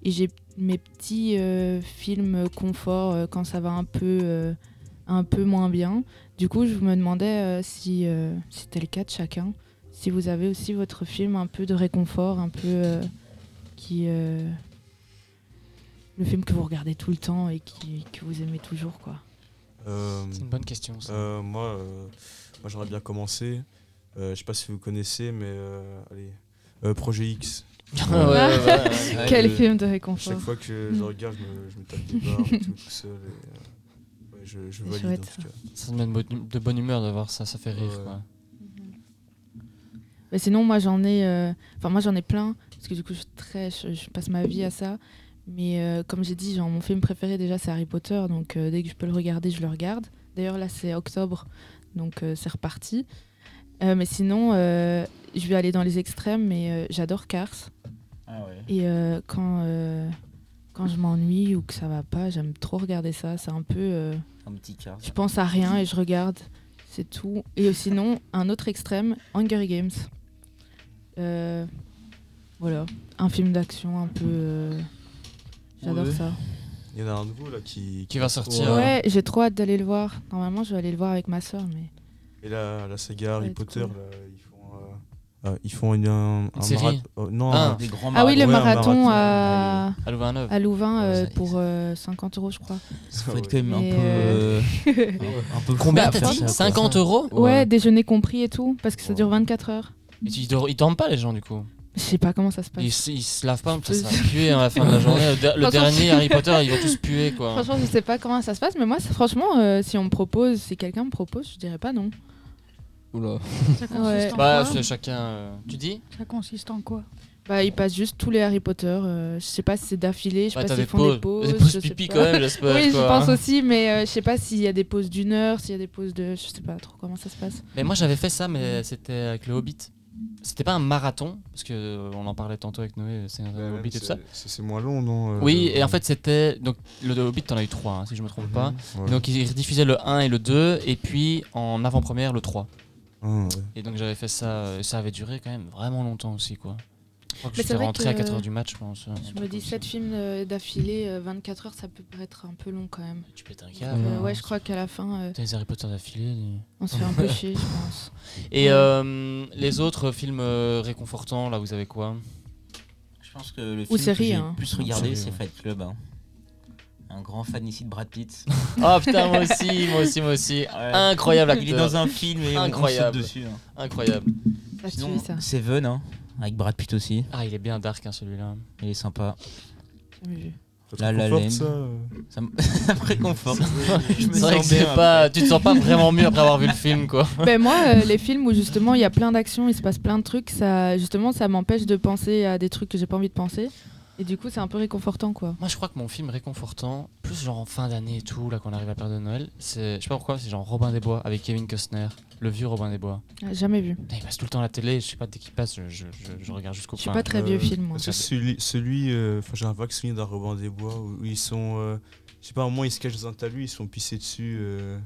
C: Et j'ai mes petits euh, films confort euh, quand ça va un peu, euh, un peu moins bien. Du coup, je me demandais euh, si euh, c'était le cas de chacun. Si vous avez aussi votre film un peu de réconfort, un peu euh, qui euh, le film que vous regardez tout le temps et qui, que vous aimez toujours quoi.
B: C'est une bonne question, ça.
H: Euh, moi, euh, moi j'aurais bien commencé. Euh, je sais pas si vous connaissez, mais euh, allez, euh, Projet X.
B: Ouais, ouais, ouais, ouais,
C: ouais. Quel film de réconfort.
H: Chaque fois que je
C: Mm.
H: le regarde, je me, je me tape des barres et tout, tout seul. et, euh, ouais, je,
C: C'est
H: je valide.
C: chouette,
H: en tout cas.
B: Ça me met de bonne- de bonne humeur de voir ça, ça fait rire. quoi.
C: Mais sinon, moi j'en ai, euh, enfin moi j'en ai plein parce que du coup je suis très, je, je passe ma vie à ça. Mais euh, comme j'ai dit, genre mon film préféré déjà c'est Harry Potter, donc euh, dès que je peux le regarder, je le regarde. D'ailleurs là c'est octobre, donc euh, c'est reparti. Euh, mais sinon, euh, je vais aller dans les extrêmes, mais euh, j'adore Cars.
E: Ah
C: Et euh, quand euh, quand je m'ennuie ou que ça va pas, j'aime trop regarder ça. C'est un peu euh,
E: Un petit Cars.
C: Je pense à rien et je regarde, c'est tout. Et sinon, un autre extrême, Hunger Games. Euh, voilà, un film d'action un peu. euh, J'adore
H: Ouais.
C: ça.
H: Il y en a un nouveau là qui,
B: Qui va sortir.
C: Ouais, j'ai trop hâte d'aller le voir. Normalement, je vais aller le voir avec ma soeur, mais.
H: Et la, la saga
C: va
H: Harry
C: être
H: Potter,
C: cool.
H: là, ils font. euh, euh, ils font une, un, un
B: série
H: marath- oh, non,
B: Ah.
H: un-
B: Des grands
C: Ah oui, le
H: Ouais, un
C: marathon à.
B: À Louvain-la-Neuve.
C: à Louvain, euh, pour euh, 50 euros, je crois.
E: Ça doit être quand même un
C: Mais,
E: peu.
C: euh,
E: euh, un un peu
B: Combien
E: fou de
B: t'as
E: faire
B: dit
E: ça, quoi.
B: 50 euros
C: Ouais, déjeuner compris et tout, parce que ça dure 24 heures.
B: Et tu- ils, dor- ils dorment pas, les gens, du coup
C: Je sais pas comment ça se passe.
B: Ils, s- ils se lavent pas, putain, ça va puer hein, à la fin de la journée. Le, der- le
C: Franchement,
B: dernier
C: c'est-
B: Harry Potter, ils vont tous puer quoi.
C: Franchement, je sais pas comment ça se passe, mais moi, c'est- franchement, euh, si on me propose, si quelqu'un me propose, je dirais pas non.
F: Oula.
G: Ça consiste
C: Ouais.
G: en
B: Bah,
G: quoi
B: c'est chacun. euh, Tu dis
G: Ça consiste en quoi
C: Bah, ils passent juste tous les Harry Potter. euh, je sais pas si c'est d'affilée, je sais
B: Ouais,
C: pas
B: t'as
C: s'ils
B: des
C: font des
B: pauses-
C: pauses.
B: des pauses
C: je sais
B: pipi
C: pas.
B: quand même, j'espère,
C: oui,
B: quoi,
C: je pense
B: hein.
C: aussi, mais euh, je sais pas s'il y a des pauses d'une heure, s'il y a des pauses de. Je sais pas trop comment ça se passe.
B: Mais moi j'avais fait ça, mais c'était avec le Hobbit. C'était pas un marathon, parce que euh, on en parlait tantôt avec Noé, c'est un
H: même
B: Hobbit et tout ça.
H: c'est- C'est moins long, non euh,
B: Oui, et en fait c'était. Donc le de Hobbit, t'en as eu 3, si je me trompe pas.
H: Mhm. ouais.
B: Donc ils rediffusaient le 1 et le 2, et puis en avant-première le 3.
H: Ah, ouais.
B: Et donc j'avais fait ça, euh, ça avait duré quand même vraiment longtemps aussi, quoi. Je crois que
C: Mais
B: je
C: c'est
B: suis
C: vrai
B: rentré
C: que-
B: à 4h du match, je pense. euh,
C: Je me dis, 7 films euh, d'affilée, euh, 24 heures, ça peut paraître un peu long quand même.
B: Tu pètes un
C: Donc,
B: câble,
C: euh,
B: hein.
C: ouais, je crois qu'à la fin, euh,
B: T'as les Harry Potter d'affilée. les-
C: on se fait un peu chier, je pense.
B: Et euh, les autres films euh, réconfortants, là, vous avez quoi
E: Je pense que le
C: Ou
E: film que
C: série,
E: j'ai
C: hein.
E: le plus regardé,
B: Série,
E: c'est
B: ouais.
E: Fight Club. hein. Un grand fan ici de Brad Pitt.
B: Ah putain, moi aussi, moi aussi, moi aussi. Incroyable acteur.
E: Il est dans un film et on-
B: Incroyable.
E: on saute dessus. hein.
B: Incroyable.
C: Ça tue,
E: Sinon,
C: ça.
E: Seven, hein, avec Brad Pitt aussi.
B: Ah, il est bien dark, hein, celui-là.
E: Il est sympa.
C: Jamais Oh, vu.
E: La
H: te
E: La
H: réconforte,
E: Land.
H: ça, euh
E: Ça me ça me réconforte. Je me
B: C'est vrai que
E: sens
B: c'est
E: bien
B: pas...
E: après.
B: tu te sens pas vraiment mieux après avoir vu le film, quoi.
C: Ben moi, euh, les films où justement il y a plein d'actions, il se passe plein de trucs, ça, justement, ça m'empêche de penser à des trucs que j'ai pas envie de penser. Et du coup, c'est un peu réconfortant, quoi.
B: Moi, je crois que mon film réconfortant, plus genre en fin d'année et tout, là, quand on arrive à la période de Noël, c'est, je sais pas pourquoi, c'est genre Robin des Bois avec Kevin Costner, le vieux Robin des Bois.
C: Ah, Jamais vu.
B: Putain, il passe tout le temps à la télé, je sais pas, dès qu'il passe, je, je- je- je regarde jusqu'au
C: Je suis
B: fin.
C: pas très vieux
H: Euh,
C: film. moi.
H: Parce que celui, celui, euh, enfin, j'ai un vague souvenir d'un Robin des Bois où, où ils sont, euh, je sais pas, au moins ils se cachent dans un talus, ils sont pissés dessus. euh,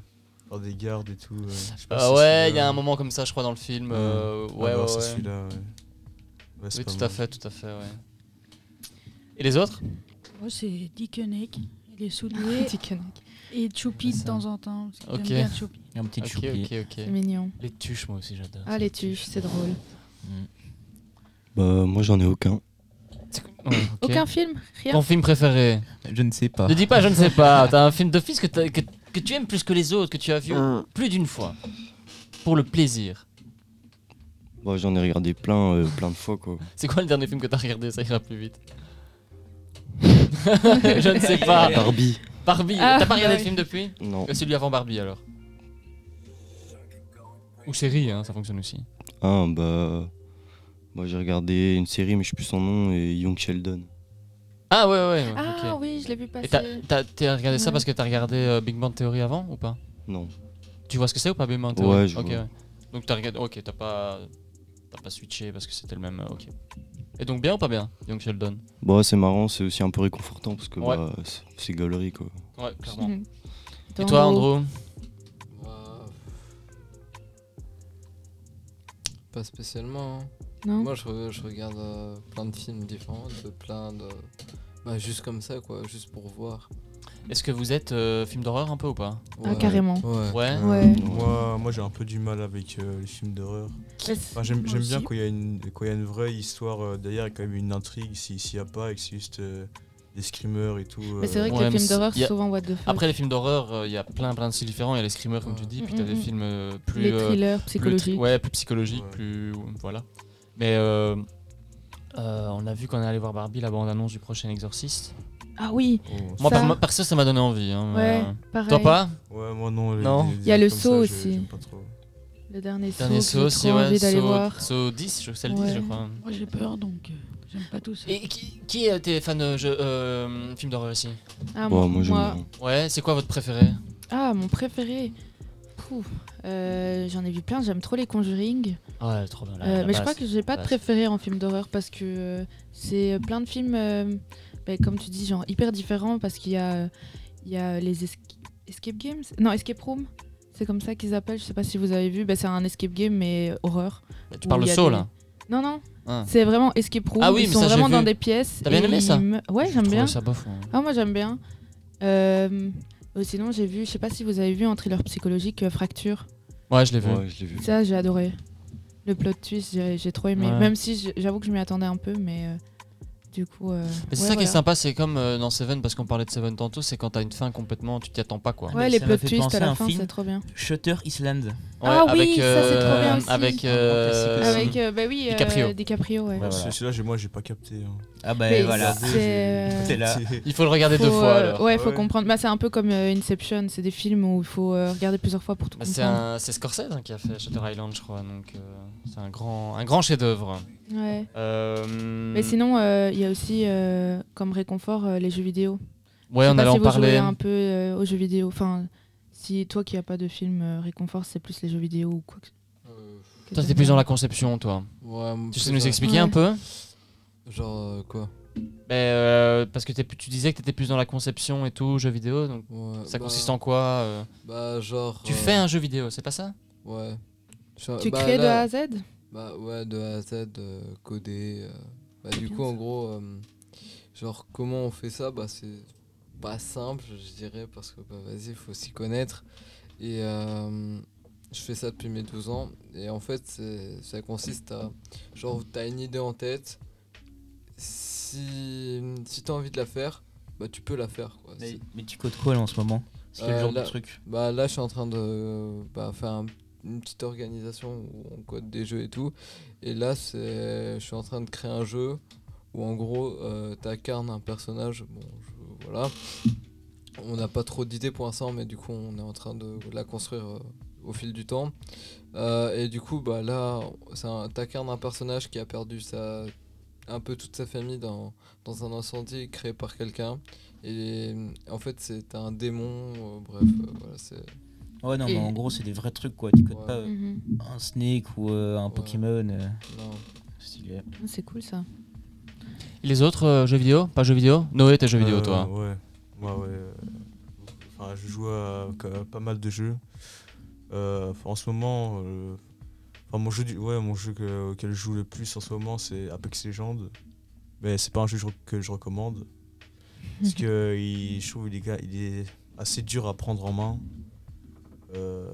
H: dans des gardes et tout. euh, je
E: Ah,
H: sais pas
B: Euh,
H: si c'est
B: ouais, il y
H: celui-là.
B: a un moment comme ça, je crois, dans le film. euh,
H: Ah
B: ouais,
E: bah,
H: non,
B: ouais,
H: c'est
B: ouais.
H: celui-là, ouais. Ouais, c'est
B: oui,
H: pas
B: tout à
H: mal.
B: fait, tout à fait, ouais. Et les autres
G: Moi, c'est Dickeneck. Il est soulier. Et Choupi de temps en temps. Parce que
B: Ok.
G: j'aime bien Choupi.
E: Un petit
B: Ok,
E: choupi.
B: ok, ok.
C: C'est mignon.
B: Les tuches, moi aussi, j'adore.
C: Ah, les tuches, c'est drôle.
D: Bah, moi, j'en ai aucun.
B: Ouais, ok.
C: Aucun film Rien
B: Ton film préféré
E: Je ne sais pas.
B: Ne dis pas, je ne sais pas. T'as un film d'office que, t'as- que, que tu aimes plus que les autres, que tu as vu plus d'une fois. Pour le plaisir.
D: Bah, j'en ai regardé plein, euh, plein de fois, quoi.
B: C'est quoi le dernier film que t'as regardé Ça ira plus vite. je ne sais pas.
D: Barbie.
B: Barbie.
C: Ah,
B: T'as pas regardé
C: ouais.
B: le film depuis
D: Non.
B: Euh, Celui avant Barbie alors. Ou série, hein, ça fonctionne aussi.
D: Ah, bah. Moi, j'ai regardé une série, mais je sais plus son nom, et Young Sheldon.
B: Ah ouais, ouais, ouais.
C: Ah
B: ok.
C: oui, je l'ai vu
B: Et t'as-
C: passer.
B: t'as t'as regardé ça
C: Ouais.
B: parce que t'as regardé euh, Big Bang Theory avant ou pas
D: Non.
B: Tu vois ce que c'est ou pas Big Bang Theory
D: Ouais, je
B: Ok,
D: vois.
B: ouais. Donc t'as regardé. Ok, t'as pas. T'as pas switché parce que c'était le même. euh, Ok. Et donc bien ou pas bien, Young Sheldon
D: Bah, c'est marrant, c'est aussi un peu réconfortant, parce que
B: Ouais.
D: bah, c'est- c'est galerie, quoi.
B: Ouais, clairement.
C: Mhm.
B: Et toi, Andrew
F: Bah, Pas spécialement. hein.
C: Non
F: Moi, je, re- je regarde euh, plein de films différents, de plein de. Bah, juste comme ça, quoi, juste pour voir.
B: Est-ce que vous êtes euh, film d'horreur un peu ou pas
C: Ah, carrément.
F: Ouais.
B: Ouais.
C: Ouais.
H: Moi, moi j'ai un peu du mal avec euh, les films d'horreur. Enfin, J'aime
C: Moi
H: j'aime bien
C: aussi.
H: quand il y, a une- quand il y a une vraie histoire euh, derrière, et quand même une intrigue, si- s'il n'y a pas, et que c'est juste euh, des screamers et tout. euh,
C: Mais c'est vrai que
B: Ouais, mais
C: les films d'horreur,
B: y
C: c'est
B: a-
C: souvent what the fuck.
B: Après les films d'horreur, euh, il y a plein plein de styles différents. Il y a les screamers comme tu dis, puis t'as
C: Mhm,
B: des
C: mhm.
B: films euh, plus
C: les
B: euh,
C: thrillers
B: plus
C: psychologiques.
B: tri- ouais, plus psychologique,
H: Ouais.
B: plus voilà. Mais euh, euh, on a vu qu'on est allé voir Barbie la bande annonce du prochain Exorciste.
C: Ah oui, Ça.
B: Moi par- moi, perso ça m'a donné envie. hein, mais,
C: ouais,
B: euh,
C: pareil.
B: Toi pas
H: Ouais, moi non. les-
B: Non.
H: les-
C: Eh. Il y a le
H: comme ça,
C: saut
H: je-
C: aussi.
H: j'aime pas trop.
C: Le dernier saut,
B: Dernier saut
C: j'ai
B: aussi,
C: trop
B: ouais.
C: envie d'aller
B: Saut,
C: voir.
B: saut 10, je, c'est le 10 je
C: Ouais.
B: crois.
G: Moi, j'ai peur, donc euh, j'aime pas tout ça.
B: Et qui, qui est tes fans de jeux- euh, films d'horreur ici
C: Ah,
D: Bah,
C: mon-
D: moi, j'aime
C: moi-
D: bien.
B: Ouais, c'est quoi votre préféré
C: ah, mon préféré. Pouf, euh, J'en ai vu plein, j'aime trop les Conjuring.
B: Ouais, trop bien. la-
C: Euh,
B: la
C: mais je crois
B: base.
C: que j'ai pas de
B: base.
C: préféré en film d'horreur parce que euh, c'est euh, plein de films, euh, bah, comme tu dis, genre hyper différents parce qu'il y a, euh, il y a les esca- escape games, non escape room, c'est comme ça qu'ils appellent. Je sais pas si vous avez vu, bah, c'est un escape game mais horreur.
B: Tu parles
C: où
B: de
C: il y a
B: saut
C: des-
B: là.
C: Non non,
B: Ah.
C: c'est vraiment escape room.
B: Ah oui,
C: ils
B: mais
C: sont
B: ça, j'ai
C: vraiment
B: vu.
C: dans des pièces.
B: T'as bien
C: et
B: aimé
C: ils
B: ça
C: me- Ouais,
B: Je
C: j'aime
B: trouvais
C: bien.
B: ça hein. bof. ouais.
C: Ah moi j'aime bien. Euh, euh, sinon j'ai vu, je sais pas si vous avez vu un thriller psychologique euh, Fracture.
B: Ouais, je l'ai vu.
D: Ouais, je l'ai vu.
C: Ça j'ai adoré. Le plot twist j'ai j'ai trop aimé.
B: Ouais.
C: Même si j'- j'avoue que je m'y attendais un peu, mais euh, du coup. euh,
B: Mais c'est
C: ouais,
B: ça qui est
C: voilà.
B: sympa, c'est comme euh, dans Seven, parce qu'on parlait de Seven tantôt, c'est quand t'as une fin complètement, tu t'y attends pas quoi.
E: Ah,
C: Ouais
E: mais
C: les
E: ça
C: plot
E: m'a fait
C: twists
E: penser
C: à
E: à
C: la
E: un
C: fin
E: film.
C: c'est trop bien.
E: Shutter Island.
C: Ah oui, ça, c'est trop bien aussi.
B: euh, Avec,
H: Ah,
E: Un
B: euh,
E: classique
C: Avec euh, bah oui euh,
B: DiCaprio.
C: DiCaprio, ouais.
E: Ouais, voilà.
H: Ce- Celui-là, j'ai- moi, j'ai pas capté. hein.
E: Ah bah
C: Mais
E: voilà.
C: c'est-
E: T'es là.
B: Il faut le regarder deux
C: Faut,
B: fois
C: euh,
B: alors.
C: ouais,
H: Ah
C: faut
H: ouais.
C: comprendre. Bah, c'est un peu comme euh, Inception, c'est des films où il faut euh, regarder plusieurs fois pour tout
B: Bah, c'est
C: comprendre.
B: un- c'est Scorsese hein, qui a fait Shutter Island, je crois, donc euh, c'est un grand, un grand chef-d'œuvre.
C: Ouais.
B: Euh,
C: Mais sinon, euh, il y a aussi euh, comme réconfort euh, les jeux vidéo.
B: ouais,
C: Je sais
B: on
C: pas
B: allait
C: si vous
B: en
C: jouez
B: parler.
C: un peu euh, aux jeux vidéo. Enfin, si toi qui n'as pas de film euh, réconfort, c'est plus les jeux vidéo ou quoi que
F: Euh,
C: que
B: Toi,
C: t'aimes
B: t'es plus
C: bien.
B: dans la conception, toi.
F: ouais, moi,
B: Tu sais
F: plus,
B: nous
F: euh,
B: expliquer
C: Ouais.
B: un peu
F: Genre, euh, quoi
B: Ben, euh, Parce que t'es- tu disais que t'étais plus dans la conception et tout, jeux vidéo, donc
F: Ouais,
B: ça
F: bah,
B: consiste en quoi euh
F: Bah, genre.
B: Tu
F: euh,
B: fais un jeu vidéo, c'est pas ça
F: Ouais. Je-
C: Tu
F: bah,
C: crées de
F: là-
C: A à Z
F: Bah ouais, de A à Z, euh, codé. euh, bah,
C: C'est
F: du
C: bien
F: coup, en
C: ça.
F: gros, euh, genre, comment on fait ça Bah, c'est pas simple, je dirais, parce que, bah, vas-y, faut s'y connaître. Et euh, je fais ça depuis mes 12 ans. Et en fait, c'est- ça consiste à. Genre, t'as une idée en tête. Si, si t'as envie de la faire, bah, tu peux la faire. Quoi.
E: Mais,
F: C'est-
E: mais tu codes quoi là en ce moment C'est quel
F: Euh,
E: genre
F: là-
E: de truc
F: bah là, je suis en train de euh, bah, faire un- une petite organisation où on code des jeux et tout. Et là, c'est, je suis en train de créer un jeu où en gros, euh, t'incarnes un personnage. Bon, je- voilà. On n'a pas trop d'idées pour l'instant, mais du coup, on est en train de la construire euh, au fil du temps. Euh, et du coup, bah là, c'est un- t'incarnes un personnage qui a perdu sa un peu toute sa famille dans, dans un incendie créé par quelqu'un. Et en fait, c'est un démon. euh, bref, euh, voilà, c'est.
B: Euh,
E: Ouais non
C: Et-
E: mais en gros c'est des vrais trucs quoi. Tu codes
F: Ouais.
E: pas euh,
C: Mhm.
E: un Snake ou euh, un
F: Ouais.
E: Pokémon. euh,
F: Non.
E: stylé.
C: Ah, C'est cool ça.
B: Et les autres euh, jeux vidéo Pas jeux vidéo Noé, t'es jeux vidéo,
H: Euh,
B: toi.
H: Ouais. Moi, ouais. euh, Enfin, Enfin, je joue à, à pas mal de jeux. Euh, en ce moment, euh, enfin, mon jeu, du- ouais, mon jeu que- auquel je joue le plus en ce moment, c'est Apex Legends. Mais c'est pas un jeu je- que je recommande. Parce que il, je trouve qu'il est, il est assez dur à prendre en main. Euh,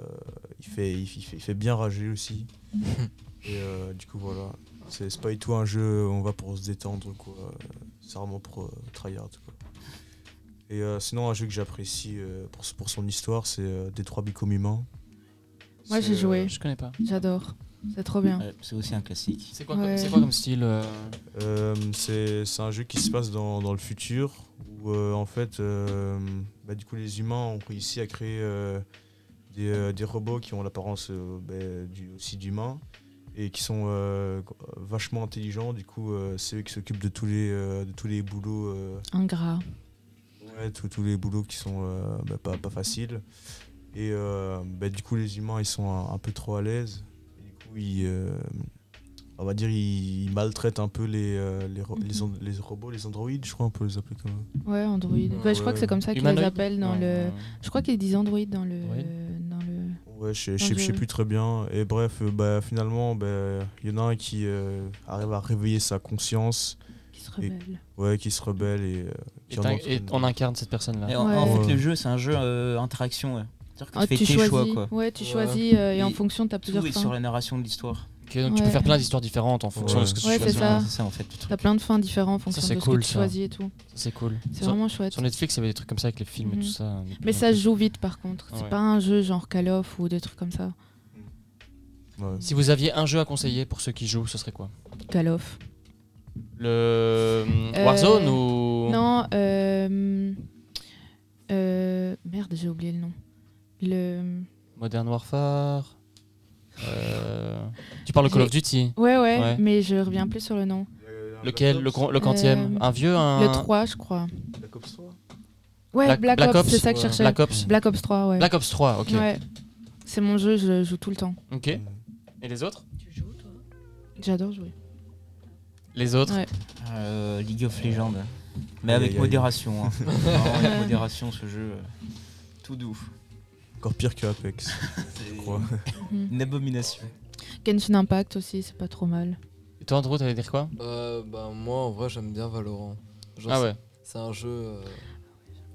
H: il, fait, il, fait, il fait bien rager aussi. Et euh, du coup, voilà. C'est c'est pas du tout un jeu où on va pour se détendre, quoi. C'est vraiment pour euh, tryhard, quoi. Et euh, sinon, un jeu que j'apprécie euh, pour, pour son histoire, c'est euh, Détroit Bicôme Humain.
C: Moi j'ai joué.
B: euh, Je connais pas.
C: J'adore. C'est trop bien.
E: Ouais, c'est aussi un classique.
B: C'est
C: quoi comme- Ouais. c'est
B: quoi comme style
H: Euh, C'est c'est un jeu qui se passe dans, dans le futur où euh, en fait, euh, bah, du coup, les humains ont réussi à créer euh, des, euh, des robots qui ont l'apparence euh, bah, du- aussi d'humains et qui sont euh, vachement intelligents. Du coup, euh, c'est eux qui s'occupent de tous les euh, de tous les boulots. euh,
C: Ingrat.
H: Ouais, tous- tous les boulots qui sont euh, bah, pas, pas faciles. Et euh, bah, du coup, les humains, ils sont un, un peu trop à l'aise. Et Du coup, ils, euh, on va dire, ils, ils maltraitent un peu les, euh, les, ro-
B: Mhm.
H: les on- les robots, les androïdes, je crois, on peut les appeler comme
C: Ouais, Android.
B: Hmm.
C: Bah, je crois que c'est comme ça qu'ils les
H: Humanoïde
C: appellent dans
H: Non,
C: le.
H: euh,
C: Je crois qu'ils disent Android dans le.
H: Android.
C: Dans le...
H: Ouais, je sais-
C: dans
H: je sais
C: le
H: je sais
C: jeu.
H: plus très bien. Et bref, euh, bah, finalement, bah, il y en a un qui euh, arrive à réveiller sa conscience.
C: Qui se
E: rebelle.
H: ouais, qui se rebelle et. euh, qui
B: Et
H: en
B: t'in-
H: entraîne-
B: et on incarne cette personne-là.
E: Et en,
C: Ouais.
E: en fait,
B: Ouais.
E: le jeu, c'est un jeu euh, interaction. ouais. C'est-à-dire que
C: Ah,
E: tu fais
C: tu
E: tes
C: choisis.
E: choix. Quoi.
C: Ouais, tu choisis, euh, et en fonction, t'as plusieurs
E: Tout est
C: fins.
E: sur la narration de l'histoire.
B: Ok, donc tu peux
C: Ouais.
B: faire plein d'histoires différentes en fonction de ce que tu
C: Ouais, c'est
B: choisis.
C: ça.
E: ça, en fait, le
C: T'as plein de fins différentes en fonction
B: c'est
C: de ce
B: cool,
C: que tu
B: ça.
C: choisis et tout.
B: Ça, C'est cool.
C: C'est
B: Sur-
C: vraiment chouette.
B: Sur Netflix, il y avait des trucs comme ça avec les films et
C: Mhm.
B: tout ça. hein, des
C: Mais
B: trucs
C: ça
B: un
C: se
B: peu-
C: joue vite par contre. C'est
B: Ouais.
C: pas un jeu genre Call of ou des trucs comme ça.
B: Si vous aviez un jeu à conseiller pour ceux qui jouent, ce serait quoi
C: Call of.
B: Le
C: Euh,
B: Mmh. Warzone ou
C: Non, euh... euh, Merde, j'ai oublié le nom. Le...
B: Modern Warfare Euh, Tu parles de Call of
C: J'ai-
B: Duty
C: ouais, ouais, mais je reviens plus sur le nom.
B: Lequel Le, grand- le quantième
C: Euh,
B: Un vieux un...
C: Le 3, je crois.
H: Black Ops 3
C: Ouais,
B: Black-
C: Black,
B: Black
C: Ops,
B: Ops,
C: c'est ça que je
B: ouais.
C: cherchais.
B: Black Ops.
C: 3, ouais.
B: Black Ops 3, ok.
C: Ouais. C'est mon jeu, je le joue tout le temps.
B: Ok. Et les autres
C: J'adore jouer.
B: Les autres
C: Ouais.
E: Euh, League of Legends. Mais
H: Aïe,
E: avec
H: aïe, aïe.
E: modération. hein. Vraiment, avec modération, ce jeu. euh, Tout doux.
H: Encore pire que Apex, je crois.
E: Une abomination.
C: Genshin Impact aussi, c'est pas trop mal.
B: Et toi, Andrew, t'allais dire quoi
F: Euh, bah, moi, en vrai, j'aime bien Valorant. Genre,
B: Ah
F: c'est-
B: ouais.
F: C'est un jeu euh,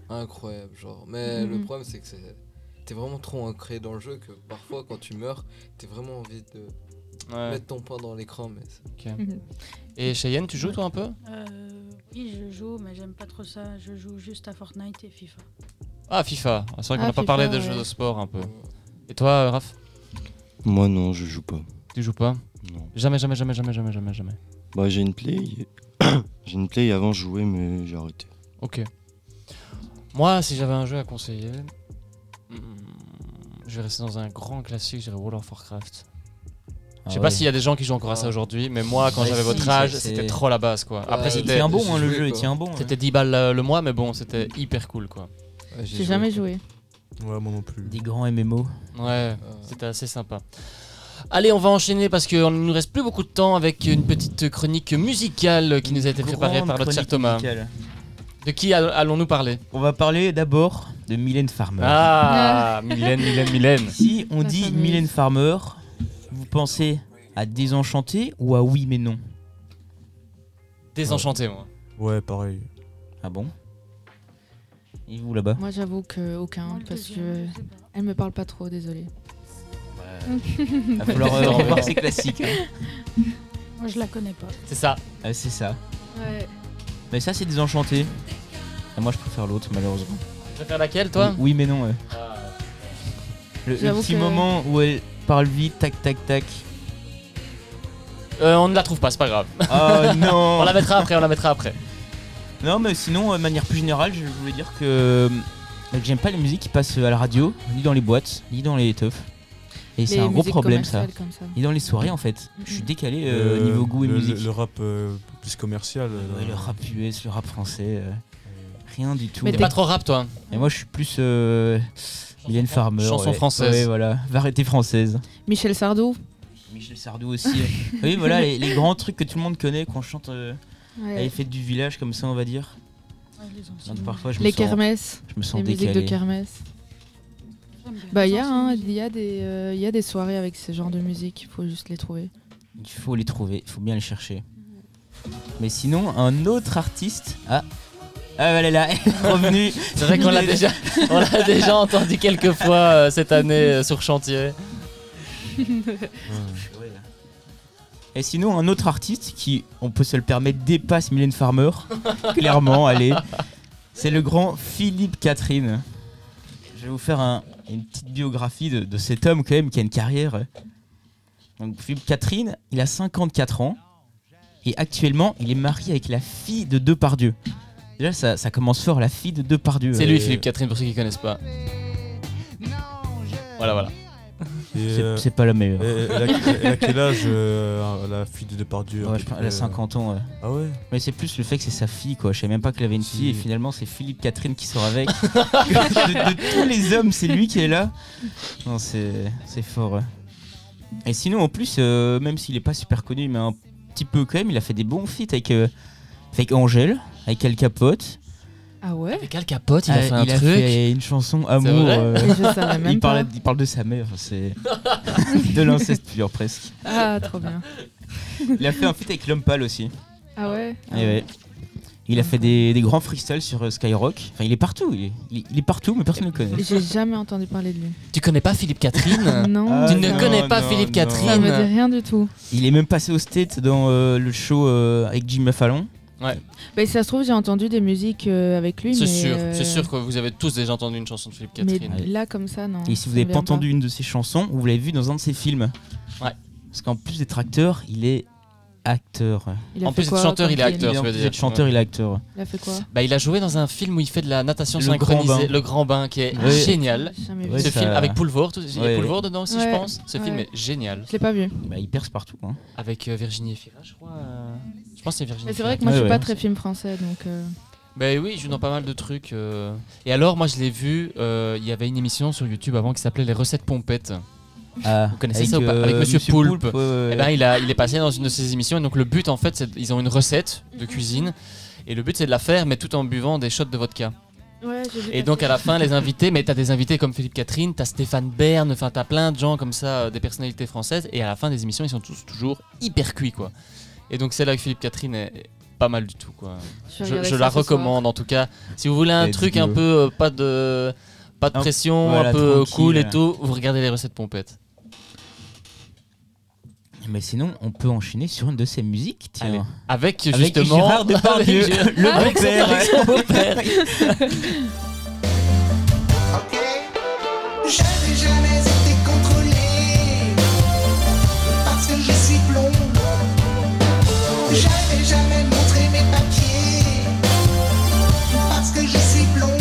F: incroyable, genre. Mais le
C: Mhm.
F: problème, c'est que c'est- t'es vraiment trop ancré dans le jeu que parfois, quand tu meurs, t'es vraiment envie de
B: Ouais.
F: mettre ton poing dans l'écran. Mais c'est-
B: Ok.
C: Mhm.
B: Et Cheyenne, tu joues toi un peu
G: Euh, oui, je joue, mais j'aime pas trop ça. Je joue juste à Fortnite et FIFA.
B: Ah, FIFA. C'est vrai qu'on
G: Ah,
B: n'a pas parlé
G: FIFA,
B: de jeux
G: ouais.
B: de sport un peu. Et toi, euh, Raph
D: Moi, non, je joue pas.
B: Tu joues pas
D: Non.
B: Jamais, jamais, jamais, jamais, jamais, jamais, jamais.
D: Bah, j'ai une play. j'ai une play avant, je jouais, mais j'ai arrêté.
B: Ok. Moi, si j'avais un jeu à conseiller, mm, je vais rester dans un grand classique, je dirais World of Warcraft. Je sais
E: Ah
B: pas
E: ouais.
B: s'il y a des gens qui jouent encore à ça
E: Ah.
B: aujourd'hui, mais moi, quand
E: Ouais,
B: j'avais
E: si,
B: votre
E: c'est-
B: âge,
E: c'est-
B: c'était trop la base quoi. Après,
E: Ouais,
B: c'était.
E: il tient bon, hein, le jeu, il tient bon, hein.
B: C'était 10 balles euh, le mois, mais bon, c'était hyper cool quoi.
C: J'ai jamais joué.
H: Ouais, moi non plus.
E: Des grands MMO. Euh.
B: Ouais, c'était assez sympa. Allez, on va enchaîner parce qu'il ne nous reste plus beaucoup de temps avec une petite chronique musicale qui nous a été préparée
E: grande
B: par notre cher
E: chronique
B: Thomas.
E: musicale.
B: De qui all- allons-nous parler
E: On va parler d'abord de Mylène Farmer.
B: Ah, Mylène, Mylène, Mylène.
E: Si on
B: La
E: dit
B: fameuse.
E: Mylène Farmer, vous pensez à Désenchanté ou à Oui mais non
B: Désenchanté, moi.
H: Ouais, pareil.
E: Ah bon Et vous là-bas
C: Moi j'avoue que aucun parce que elle me parle pas trop, désolée.
E: Il va falloir euh, revoir ses classiques. hein.
G: Moi, je la connais pas.
B: C'est ça.
E: Ah, c'est ça.
G: Ouais.
E: Mais ça, c'est Désenchanté. Et moi, je préfère l'autre, malheureusement.
B: Tu préfères laquelle, toi
E: Oui, oui, mais non. ouais. Le, le
B: J'avoue
E: petit
B: que-
E: moment où elle parle vite, tac, tac, tac.
B: Euh, on ne la trouve pas, c'est pas grave.
E: Ah, non.
B: On la mettra après, on la mettra après.
E: Non, mais sinon, euh, de manière plus générale, je voulais dire que, euh, que j'aime pas les musiques qui passent à la radio, ni dans les boîtes, ni dans les teufs. Et c'est
C: Les
E: un gros
C: musiques
E: problème, ça.
C: commerciales comme ça.
E: Et dans les soirées, en fait. Je suis décalé euh,
H: Le-
E: niveau goût et
H: le, le-
E: musique.
H: Le, rap euh, plus commercial. euh,
E: Ouais, le rap US, le rap français, euh, rien du tout.
B: Mais T'es t'es- pas trop rap, toi
E: Et moi, je suis plus euh, Mylène Farmer.
B: chanson
E: ouais.
B: française.
E: Ouais, voilà, variété française.
C: Michel Sardou
E: Michel Sardou aussi. oui, voilà, les, les grands trucs que tout le monde connaît, qu'on chante euh,
C: Ouais.
E: à l'effet du village, comme ça, on va dire. Donc, parfois, je me
C: les
E: sens-
C: kermesses,
E: je me sens
C: les musiques de
E: décalé.
C: kermesse. Bah il y a, hein, il y a des, euh, il y a des soirées avec ce genre de musique. Il faut juste les trouver.
E: Il faut les trouver, il faut bien les chercher. Mais sinon, un autre artiste. Ah, ah elle est là, elle est revenue.
B: C'est vrai qu'on l'a déjà, on l'a déjà entendu quelques fois euh, cette année euh, sur chantier.
E: Et sinon, un autre artiste qui, on peut se le permettre, dépasse Mylène Farmer. clairement, allez. C'est le grand Philippe Catherine. Je vais vous faire un- une petite biographie de, de cet homme, quand même, qui a une carrière. euh. Donc, Philippe Catherine, il a 54 ans. Et actuellement, il est marié avec la fille de Depardieu. Déjà, ça, ça commence fort, la fille de Depardieu.
B: C'est lui
E: Euh,
B: Philippe Catherine pour ceux qui connaissent pas. Voilà voilà.
E: C'est- c'est pas la meilleure.
H: euh, Elle, elle a- elle a quel âge euh, la fille de Depardieu
E: Ouais,
H: à peu
E: je pense-
H: près
E: elle a 50 ans. ouais.
H: Ah ouais
E: Mais c'est plus le fait que c'est sa fille, quoi. Je savais même pas qu'elle avait une fille, et finalement, c'est Philippe Catherine qui sort avec. de, de tous les hommes, c'est lui qui est là. Non, c'est c'est fort. ouais. Et sinon, en plus, euh, même s'il est pas super connu, mais un petit peu quand même, il a fait des bons feats avec, euh, avec Angèle, avec Al Capote.
C: Ah ouais Avec
B: Al Capote, il a
E: Ah,
B: fait un truc.
E: fait une chanson
B: C'est
E: Amour. euh.
B: vrai Mais je savais
E: il,
B: même
E: parle,
B: pas.
E: il parle de sa mère, c'est de l'inceste pur presque.
C: Ah trop bien.
E: Il a fait un feat avec l'homme pâle aussi.
C: Ah ouais.
E: Eh ouais. Il a fait des, des grands freestyles sur euh, Skyrock. Enfin, il est partout. Il est, il est- il est partout, mais personne ne le connaît.
C: Ah. J'ai jamais entendu parler de lui.
B: Tu connais pas Philippe Catherine
C: Non.
E: Ah,
B: Tu ne
E: non,
B: connais pas
E: non,
B: Philippe
E: non.
B: Catherine
C: Ça me dit rien du tout.
E: Il est même passé au State dans euh, le show euh, avec Jimmy Fallon.
B: Ouais.
C: Bah, si ça se trouve j'ai entendu des musiques euh, avec lui.
B: C'est
C: mais,
B: sûr,
C: euh,
B: c'est sûr que vous avez tous déjà entendu une chanson de Philippe
C: Mais
B: Catherine.
C: là comme ça non.
E: Et si vous
C: Ah, ça me
E: n'avez pas
C: vient
E: entendu une de ses chansons, vous l'avez vu dans un de ses films.
B: Ouais.
E: Parce qu'en plus d'être acteur, il est acteur.
B: Il a En fait plus d'être quoi chanteur, comme il est film acteur, tu
E: En
B: veux
E: plus
B: dire.
E: d'être chanteur,
B: Ouais.
E: il est acteur.
C: Il a fait quoi
B: Bah, il a joué dans un film où il fait de la natation
E: Le
B: synchronisée,
E: Grand Bain.
B: Le Grand Bain, qui est
E: Ouais.
B: génial.
C: Jamais
E: vu.
B: Ce
E: Ouais,
B: film
E: ça-
B: avec Poulvord, tout- il y a
E: Ouais.
B: Poulvord dedans aussi,
C: Ouais.
B: je pense. Ce film
C: Ouais.
B: est génial.
C: Je l'ai pas vu.
E: Bah, il perce partout. hein.
B: Avec euh, Virginie Efira, je crois. euh, Je pense que c'est Virginie
C: Mais c'est
B: Efira.
C: vrai que moi je suis pas très film français donc. euh,
B: Bah oui, il joue dans pas mal de trucs. euh. Et alors, moi je l'ai vu, euh, il y avait une émission sur YouTube avant qui s'appelait Les recettes pompettes.
E: Ah,
B: Vous connaissez
E: avec,
B: ça ou pas
E: euh,
B: Avec Monsieur,
E: Monsieur
B: Poulpe.
E: Poulpe, ouais, ouais,
B: Eh ben,
E: ouais.
B: il, a, il est passé dans une de ces émissions. Et donc, le but, en fait, c'est ils ont une recette
C: Mhm.
B: de cuisine. Et le but, c'est de la faire, mais tout en buvant des shots de vodka.
C: Ouais, j'ai vu
B: et donc,
C: passer.
B: à la fin, les invités, mais t'as des invités comme Philippe Catherine, t'as Stéphane Bern, enfin, t'as plein de gens comme ça, euh, des personnalités françaises. Et à la fin des émissions, ils sont tous toujours hyper cuits, quoi. Et donc, celle avec Philippe Catherine est est pas mal du tout, quoi.
D: Je
B: Je,
D: vais regarder
B: je
D: ça
B: la
D: ce soir.
B: recommande, en tout cas. Si vous voulez un
D: Et
B: truc
D: dis-le.
B: un peu euh, pas de pas de
E: Un-
B: pression,
E: voilà,
B: un peu
E: tranquille.
B: cool et tout, vous regardez les recettes pompettes.
E: Mais sinon, on peut enchaîner sur une de ses musiques, tiens.
B: Allez. Avec, justement,
E: Gérard Depardieu,
B: avec Gérard-
E: le
B: avec son-
E: beau-père.
B: avec son beau-père.
K: Je n'ai jamais été contrôlé parce que je suis blond. Je n'ai jamais montré mes papiers parce que je suis blond.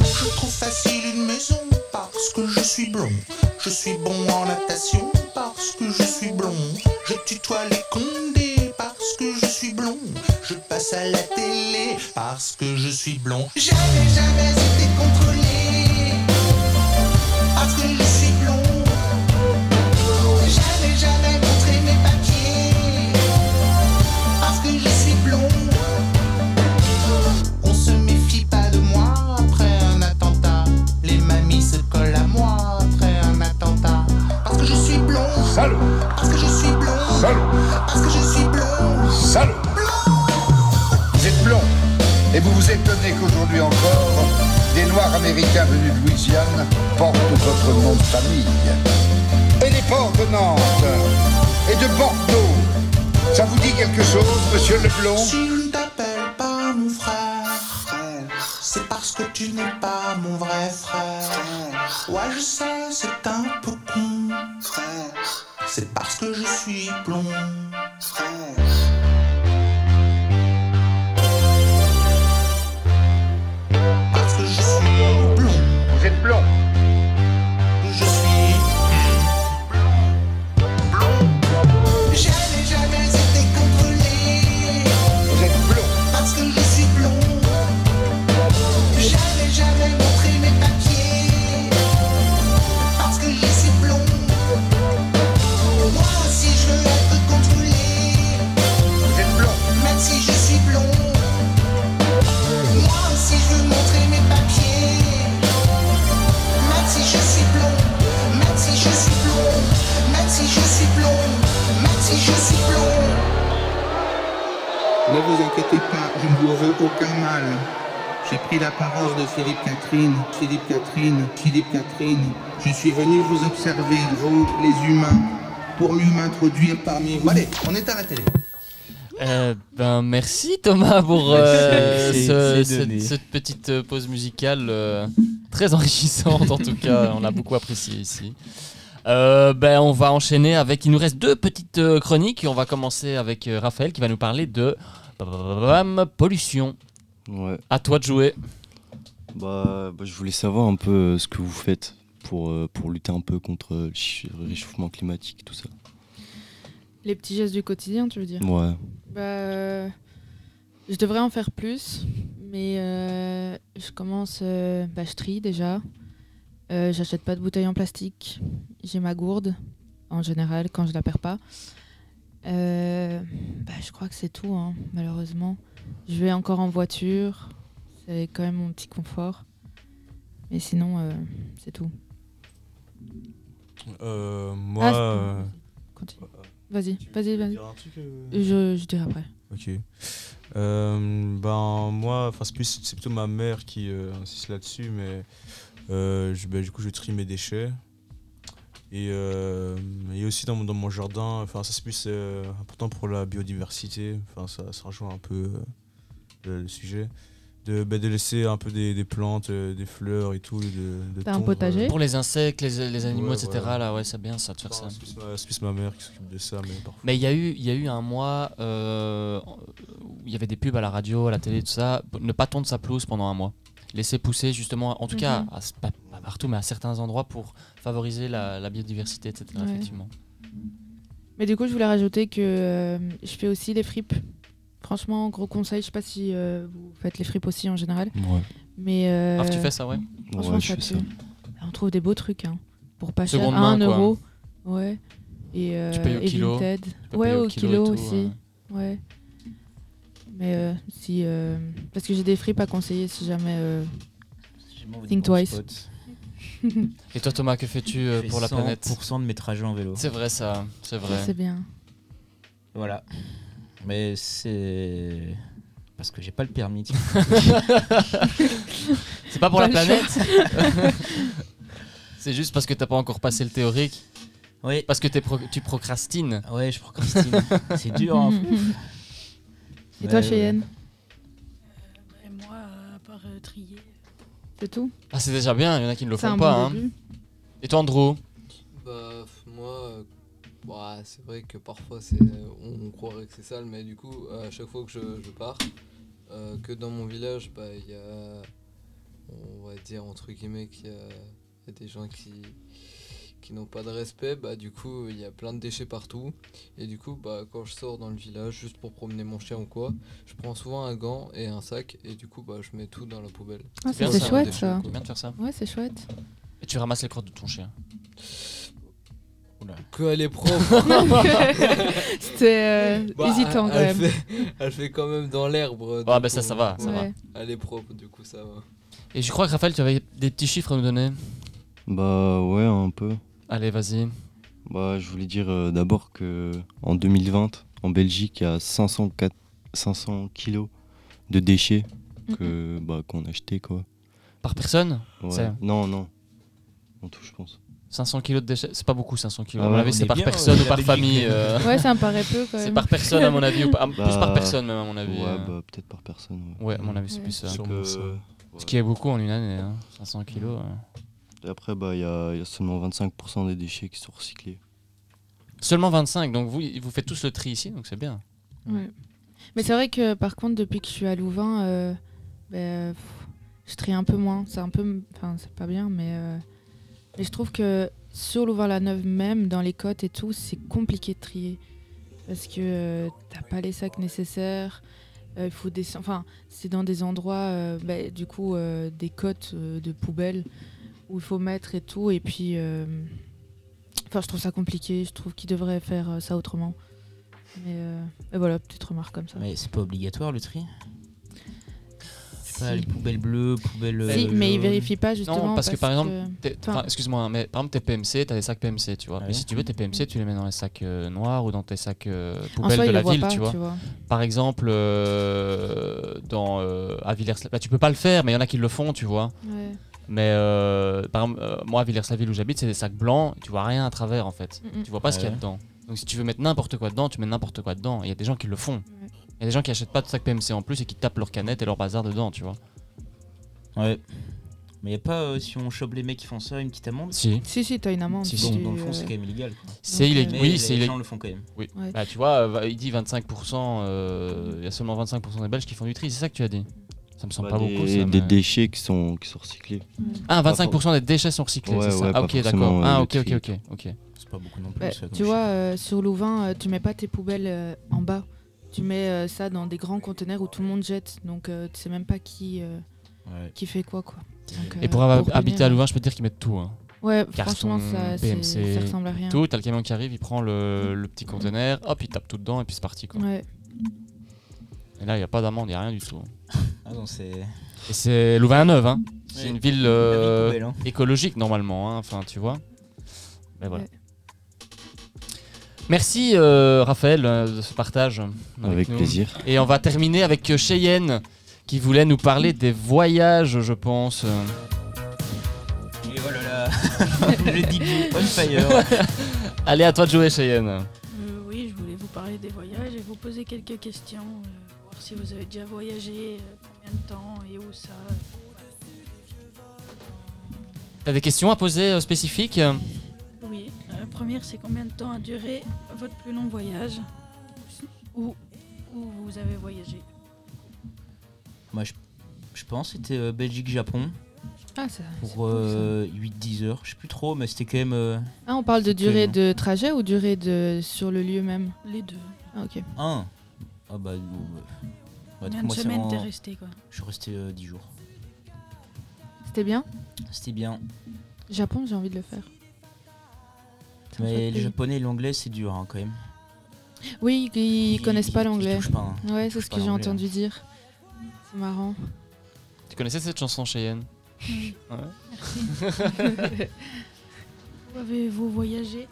K: Je trouve facile une maison parce que je suis blond. Je suis bon en natation parce que je suis blond. Je tutoie les condés parce que je suis blond. Je passe à la télé parce que je suis blond. Je n'ai jamais été contrôlé parce que je suis blond. Je n'ai jamais montré mes papiers parce que je suis blond. On se méfie pas de moi après un attentat. Les mamies se collent à moi après un attentat. Parce que je suis blond. Salaud. Parce que je suis blond. Salaud. Parce que je suis blond. Salaud.
L: Vous êtes blond et vous vous étonnez qu'aujourd'hui encore, des Noirs américains venus de Louisiane portent votre nom de famille. Et les ports de Nantes et de Bordeaux, ça vous dit quelque chose, monsieur Leblond
K: Si je ne t'appelle pas mon frère, c'est parce que tu n'es pas mon vrai frère. Ouais, je sais, c'est un peu con, frère. C'est parce que je suis blond, frère. Parce que je suis blond.
L: Vous êtes blond
K: Je suis Je n'ai jamais été contrôlé.
L: Vous êtes blond.
K: Parce que je suis blond. Je n'ai jamais montré mes papiers. Parce que je suis blond. Moi aussi je veux être contrôlé. vous inquiétez pas, je ne vous veux aucun mal. J'ai pris la parole de Philippe Catherine, Philippe Catherine, Philippe Catherine. Je suis venu vous observer, vous, les humains, pour mieux m'introduire parmi vous. Allez, on est à la télé.
B: Euh, ben merci Thomas pour euh,
E: C'est- c'est
B: ce- ce-
E: donné.
B: cette petite euh, pause musicale euh, très enrichissante en tout cas, on a beaucoup apprécié ici. Euh, ben on va enchaîner avec, il nous reste deux petites euh, chroniques et on va commencer avec euh, Raphaël qui va nous parler de Bam, pollution.
D: Ouais.
B: À toi de jouer.
D: Bah, bah, je voulais savoir un peu euh, ce que vous faites pour, euh, pour lutter un peu contre le chi- le réchauffement climatique, tout ça.
C: Les petits gestes du quotidien, tu veux dire
D: Ouais.
C: Bah, euh, je devrais en faire plus, mais euh, je commence. euh, bah, je trie déjà. Euh, J'achète pas de bouteilles en plastique. J'ai ma gourde, en général, quand je la perds pas. Euh, bah, je crois que c'est tout, hein, malheureusement. Je vais encore en voiture. C'est quand même mon petit confort. Mais sinon, euh, c'est tout.
H: Euh, moi.
C: Ah, c'est-
H: euh,
C: Vas-y, vas-y, vas-y.
H: un truc, euh,
C: Je, je dirai après.
H: Ok. Euh, ben moi, enfin c'est plus- c'est plutôt ma mère qui euh, insiste là-dessus, mais euh, je- ben, du coup je trie mes déchets et, euh, et aussi dans mon, dans mon jardin. Enfin ça c'est plus euh, important pour la biodiversité. Enfin ça, ça rejoint un peu euh, le, le sujet de, ben, de laisser un peu des, des plantes, euh, des fleurs et tout. et De, de tondre, euh,
B: Pour les insectes, les, les animaux,
H: Ouais,
B: etc.
H: voilà.
B: Là, ouais, c'est bien ça de faire ça.
H: C'est plus ma- c'est plus ma mère qui s'occupe de ça, mais parfois.
B: Mais il y, a eu- il y a eu un mois euh, où il y avait des pubs à la radio, à la télé, tout ça. Ne pas tondre sa pelouse pendant un mois. Laisser pousser, justement, en tout cas,
E: Mhm.
B: à- pas, pas partout, mais à certains endroits pour favoriser la, la biodiversité, etc.
C: Ouais.
B: Effectivement.
C: Mais du coup, je voulais rajouter que euh, je fais aussi des fripes. Franchement, gros conseil, je sais pas si euh, vous faites les fripes aussi en général.
D: Ouais.
C: Mais euh,
B: Ah, tu fais ça, ouais
C: franchement,
B: Ouais, je fais
C: tue. Ah, On trouve des beaux trucs hein, pour pas cher,
B: Seconde
C: à 1
B: main, quoi.
C: euro. Ouais. Et, euh,
B: payes au
C: et
B: kilo,
C: Vinted.
B: tu peux
C: Ouais,
B: payer au
C: au
B: kilo
C: kilo,
B: et tout,
C: aussi. Ouais. Mais euh, si. euh, Parce que j'ai des fripes à conseiller si jamais. euh, Think twice.
B: Et toi, Thomas, que fais-tu euh, pour la planète
E: 100% de mes trajets en vélo.
B: C'est vrai, ça. C'est vrai.
C: C'est bien.
E: Voilà. Mais c'est. Parce que j'ai pas le permis. tiens.
B: C'est pas pour la planète C'est juste parce que t'as pas encore passé le théorique.
E: Oui.
B: Parce que t'es pro- tu procrastines.
E: Ouais, je procrastine. C'est dur, hein.
C: Et toi,
B: Ouais,
C: Cheyenne
G: Et moi, à part euh, trier.
C: C'est tout
B: Ah, c'est déjà bien, il y en a qui ne le
G: C'est
B: font
G: un
B: pas.
G: bon
B: hein.
G: début.
B: Et toi, Andrew
F: Bah, f- moi, euh, bah, c'est vrai que parfois, c'est, on, on croirait que c'est sale, mais du coup, à chaque fois que je, je pars, euh, que dans mon village, bah, il y a, on va dire entre guillemets, qu'il y a, il y a des gens qui, qui n'ont pas de respect, bah, du coup, il y a plein de déchets partout. Et du coup, bah, quand je sors dans le village, juste pour promener mon chien ou quoi, je prends souvent un gant et un sac, et du coup, bah, je mets tout dans la poubelle.
C: Ah,
B: C'est bien
C: c'est
B: ça,
C: chouette
B: déchets,
C: ça.
B: quoi. Bien de faire ça.
C: Ouais, c'est chouette.
B: Et tu ramasses les crottes de ton chien.
F: Que elle est pro. Bah,
C: C'était, euh, hésitant,
F: elle-
C: quand
F: elle
C: même.
F: fait- elle fait quand même dans l'herbe.
B: Ah,
F: du
B: bah ça,
F: coup,
B: ça va, ça va. Ouais.
F: Elle est propre, du coup, ça va.
B: Et je crois que Raphaël, tu avais des petits chiffres à nous donner.
D: Bah ouais, un peu.
B: Allez, vas-y.
D: Bah, je voulais dire euh, d'abord que en 2020, en Belgique, il y a 504 500 kilos de déchets que bah, qu'on achetait quoi.
B: Par personne
D: Ouais.
B: C'est-
D: Non, non. En tout, je pense.
B: 500 kilos de déchets, c'est pas beaucoup 500 kilos.
D: Ah
B: à mon
D: ouais,
B: avis,
D: on
B: c'est
D: est
B: par
D: bien,
B: personne
D: euh,
B: ou par
D: la
B: famille.
D: Belgique.
B: euh.
C: Ouais, ça me paraît peu, quand
B: C'est
C: même.
B: par personne, à mon avis, ou pas- plus
D: Bah,
B: par personne, même, à mon avis.
D: Ouais,
B: euh.
D: bah, peut-être par personne.
B: Ouais, à mon avis, c'est plus ça.
D: Donc, euh,
B: Ce qui est beaucoup en une année, hein, 500 kilos. euh.
D: Et après, bah, il y, a il y a seulement 25% des déchets qui sont recyclés.
B: Seulement 25, donc vous, vous faites tous le tri ici, donc c'est bien.
C: Ouais. Mais c'est vrai que par contre, depuis que je suis à Louvain, euh, ben, pff, je trie un peu moins. C'est un peu, m- enfin, c'est pas bien, mais euh, mais je trouve que sur Louvain-la-Neuve même, dans les côtes et tout, c'est compliqué de trier parce que euh, t'as pas les sacs nécessaires. euh, Il faut descendre. Enfin, c'est dans des endroits, euh, ben, du coup, euh, des côtes euh, de poubelles où il faut mettre et tout. Et puis, euh, enfin, je trouve ça compliqué. Je trouve qu'ils devraient faire euh, ça autrement. Mais euh, et voilà, petite remarque comme ça.
E: Mais c'est pas obligatoire le tri pas les poubelles bleues, poubelles.
C: Si,
E: euh,
C: mais ils
E: jaunes.
C: vérifient pas justement.
B: Non, parce que par exemple, t'es-
C: enfin,
B: enfin, excuse-moi, hein, mais par exemple, tes PMC, t'as des sacs PMC, tu vois. mais si tu veux tes PMC, tu les mets dans les sacs euh, noirs ou dans tes sacs euh, poubelles
C: soi,
B: de
C: ils
B: la
C: le voient
B: ville,
C: pas,
B: tu, vois.
C: tu vois.
B: Par exemple, euh, dans euh, à Villers, bah, tu peux pas le faire, mais il y en a qui le font, tu vois.
C: Ouais.
B: Mais euh, par exemple, euh, moi, à Villers-la-Ville où j'habite, c'est des sacs blancs, tu vois rien à travers en fait.
C: Mm, mm.
B: Tu vois pas ce qu'il y a
E: Ouais.
B: dedans. Donc si tu veux mettre n'importe quoi dedans, tu mets n'importe quoi dedans. Il y a des gens qui le font. Il y a des gens qui achètent pas de sac PMC en plus et qui tapent leur canette et leur bazar dedans, tu vois.
E: Ouais. Mais y a pas, euh, si on chope les mecs qui font ça, une petite amende
B: Si.
C: Si, si, t'as une amende.
E: Si,
C: si
E: donc,
C: tu,
E: dans le fond,
C: euh,
E: c'est quand même illégal. quoi.
B: C'est
E: Donc,
B: illégal.
E: mais
B: Oui, c'est
E: Les gens
B: illég-
E: le font quand même.
B: Oui.
C: Ouais.
B: Bah, tu vois, euh, va- il dit 25%, euh, il y a seulement 25% des Belges qui font du tri, c'est ça que tu as dit Ça me semble
E: Bah,
B: pas beaucoup.
D: des,
B: ça,
D: des
B: mais-
D: déchets qui sont, qui sont recyclés.
B: Ah, 25% des déchets sont recyclés,
D: Ouais,
B: c'est ça
D: ouais,
B: Ah,
D: pas
B: ok, d'accord.
D: forcément, euh,
B: Ah,
D: le
B: ok, ok,
D: tri.
B: ok. ok.
E: C'est pas beaucoup non plus.
C: Ouais,
E: ça, comme
C: tu
E: je-
C: vois, euh, sur Louvain, euh, tu mets pas tes poubelles euh, en bas. Tu mets euh, ça dans des grands conteneurs où tout le monde jette. Donc euh, tu sais même pas qui, euh,
E: Ouais.
C: qui fait quoi. quoi. Donc,
B: Et
C: euh,
B: pour avoir-
C: punir,
B: habiter à Louvain, je peux te dire qu'ils mettent tout. Hein.
C: Ouais,
B: Carton,
C: franchement, ça, c'est-
B: PMC,
C: ça ressemble à rien.
B: Tout, t'as le camion qui arrive, il prend le, le petit conteneur, hop, il tape tout dedans et puis c'est parti. Quoi.
C: Ouais.
B: Et là, il n'y a pas d'amende, il n'y a rien du tout.
E: Ah non, c'est.
B: Et c'est Louvain-la-Neuve, hein. c'est
E: Ouais.
B: une ville euh,
E: La ville poubelle, hein.
B: écologique normalement, hein. enfin tu vois. Mais voilà. Merci euh, Raphaël euh, de ce partage.
D: Avec
B: nous.
D: plaisir.
B: Et on va terminer avec euh, Cheyenne qui voulait nous parler des voyages, je pense.
E: Et oh là là Le DJ on fire
B: Allez, à toi de jouer, Cheyenne.
G: Euh, oui, je voulais vous parler des voyages et vous poser quelques questions, euh, voir si vous avez déjà voyagé, euh, combien de temps et où ça. euh.
B: T'as des questions à poser euh, spécifiques
G: Oui, la première, c'est combien de temps a duré votre plus long voyage Où, où vous avez voyagé
E: Moi, je, je pense que c'était euh, Belgique-Japon.
C: Ah, ça- c'est
E: Pour
C: cool, ça.
E: euh, 8-10 heures, je sais plus trop, mais c'était quand même. euh,
C: Ah, on parle de
E: c'était
C: durée
E: long.
C: de trajet ou durée de sur le lieu même
G: Les deux.
C: Ah, ok.
E: Un Ah bah. euh, bah,
G: Combien de
E: moi, c'est
G: semaines
E: en-
G: t'es resté, quoi
E: Je suis resté euh, 10 jours.
C: C'était bien
E: C'était bien.
C: Japon, j'ai envie de le faire. un chouette
E: Mais le
C: pays.
E: japonais et l'anglais, c'est dur hein, quand même.
C: Oui, ils,
E: Ils-
C: connaissent pas
E: ils- ils
C: l'anglais.
E: touchent pas, hein.
C: Ouais,
E: Ils
C: c'est ce
E: touchent pas
C: que j'ai
E: l'anglais, hein.
C: entendu dire. C'est marrant.
B: Tu connaissais cette chanson, Cheyenne
G: Oui.
B: Ouais.
G: Merci. où avez-vous voyagé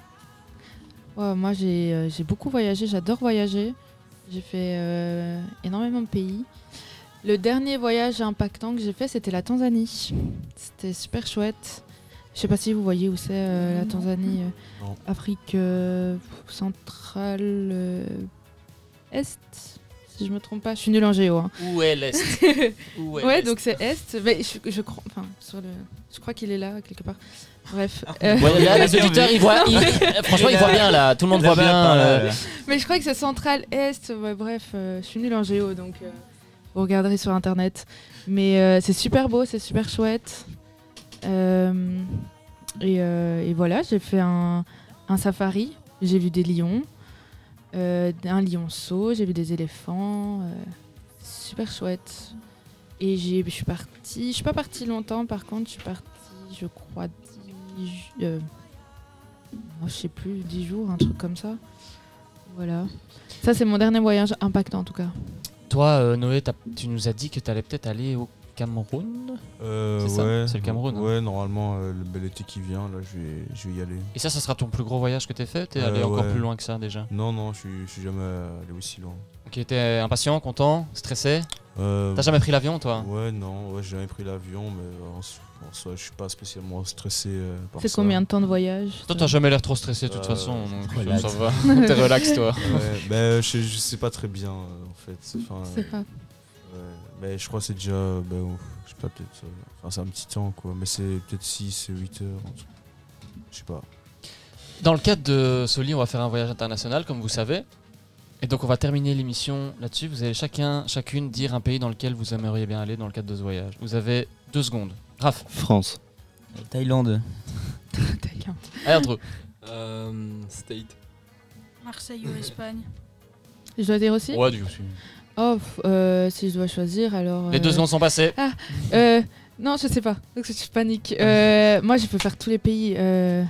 C: Ouais, moi, j'ai euh, j'ai beaucoup voyagé, j'adore voyager. J'ai fait euh, énormément de pays. Le dernier voyage impactant que j'ai fait, c'était la Tanzanie. C'était super chouette. Je sais pas si vous voyez où c'est euh, la
G: Non.
C: Tanzanie. euh,
G: Non.
C: Afrique euh, centrale, euh, est, si je me trompe pas. Je suis nulle en géo. hein.
B: Où est l'Est Où est
C: Ouais,
B: l'Est
C: donc c'est est. Mais je, je crois, enfin, sur le, je crois qu'il est là quelque part. Bref.
B: Ah,
C: euh,
B: Ouais, là, les auditeurs, ils voient- ils- franchement, ils voient bien, là. Tout le monde voit
E: Là-bas,
B: bien,
E: par là,
B: euh,
E: là.
C: Mais je crois que c'est central est. ouais, bref, euh, je suis nulle en géo, donc euh, vous regarderez sur internet. Mais euh, c'est super beau, c'est super chouette. Euh, et, euh, et voilà, j'ai fait un, un safari. J'ai vu des lions, euh, un lionceau, j'ai vu des éléphants. euh, super chouette. Et j'ai- je suis partie. Je suis pas partie longtemps, par contre, je suis partie, je crois, 10 ju- euh, moi, je sais plus, 10 jours, un truc comme ça. Voilà. Ça, c'est mon dernier voyage impactant, en tout cas.
B: Toi, euh, Noé, t'as- tu nous as dit que t'allais peut-être aller au Cameroun.
H: Euh,
B: C'est ça,
H: ouais,
B: c'est le Cameroun, hein.
H: Ouais, normalement, euh, le bel été qui vient, là, je vais, je vais y aller.
B: Et ça, ça sera ton plus gros voyage que t'aies fait T'es allé
H: Euh,
B: encore
H: ouais.
B: plus loin que ça déjà
H: Non, non, je suis, je suis jamais allé aussi loin.
B: Ok, t'es impatient, content, stressé
H: Euh,
B: T'as jamais pris l'avion, toi
H: Ouais, non, ouais, j'ai jamais pris l'avion, mais euh, en, s- en soi, je suis pas spécialement stressé euh, par
C: C'est
H: ça.
C: combien de temps de voyage
B: Toi, t'as jamais l'air trop stressé de toute
H: Euh,
B: façon, donc
H: relax.
B: ça va. T'es relax, toi.
H: Ouais, bah, je, je sais pas très bien, euh, en fait. C'est enfin, euh,
C: C'est pas.
H: ouais, mais je crois que c'est déjà, euh, bah, ouf, je sais pas, peut-être, euh, enfin, c'est un petit temps, quoi, mais c'est peut-être 6, 8 heures, un truc. je sais pas.
B: Dans le cadre de Soli, on va faire un voyage international, comme vous savez. Et donc, on va terminer l'émission là-dessus. Vous allez chacun, chacune dire un pays dans lequel vous aimeriez bien aller dans le cadre de ce voyage. Vous avez deux secondes. Raph.
D: France.
E: Thaïlande.
B: Allez, Andrew.
F: Euh, State.
G: Marseille ou Espagne
C: Je dois dire aussi
B: Ouais, du coup, si.
C: Oh, pff, euh, si je dois choisir, alors.
B: Les deux secondes sont passées.
C: Ah, euh, non, je sais pas. Donc, je panique. Euh, moi, je peux faire tous les pays. euh,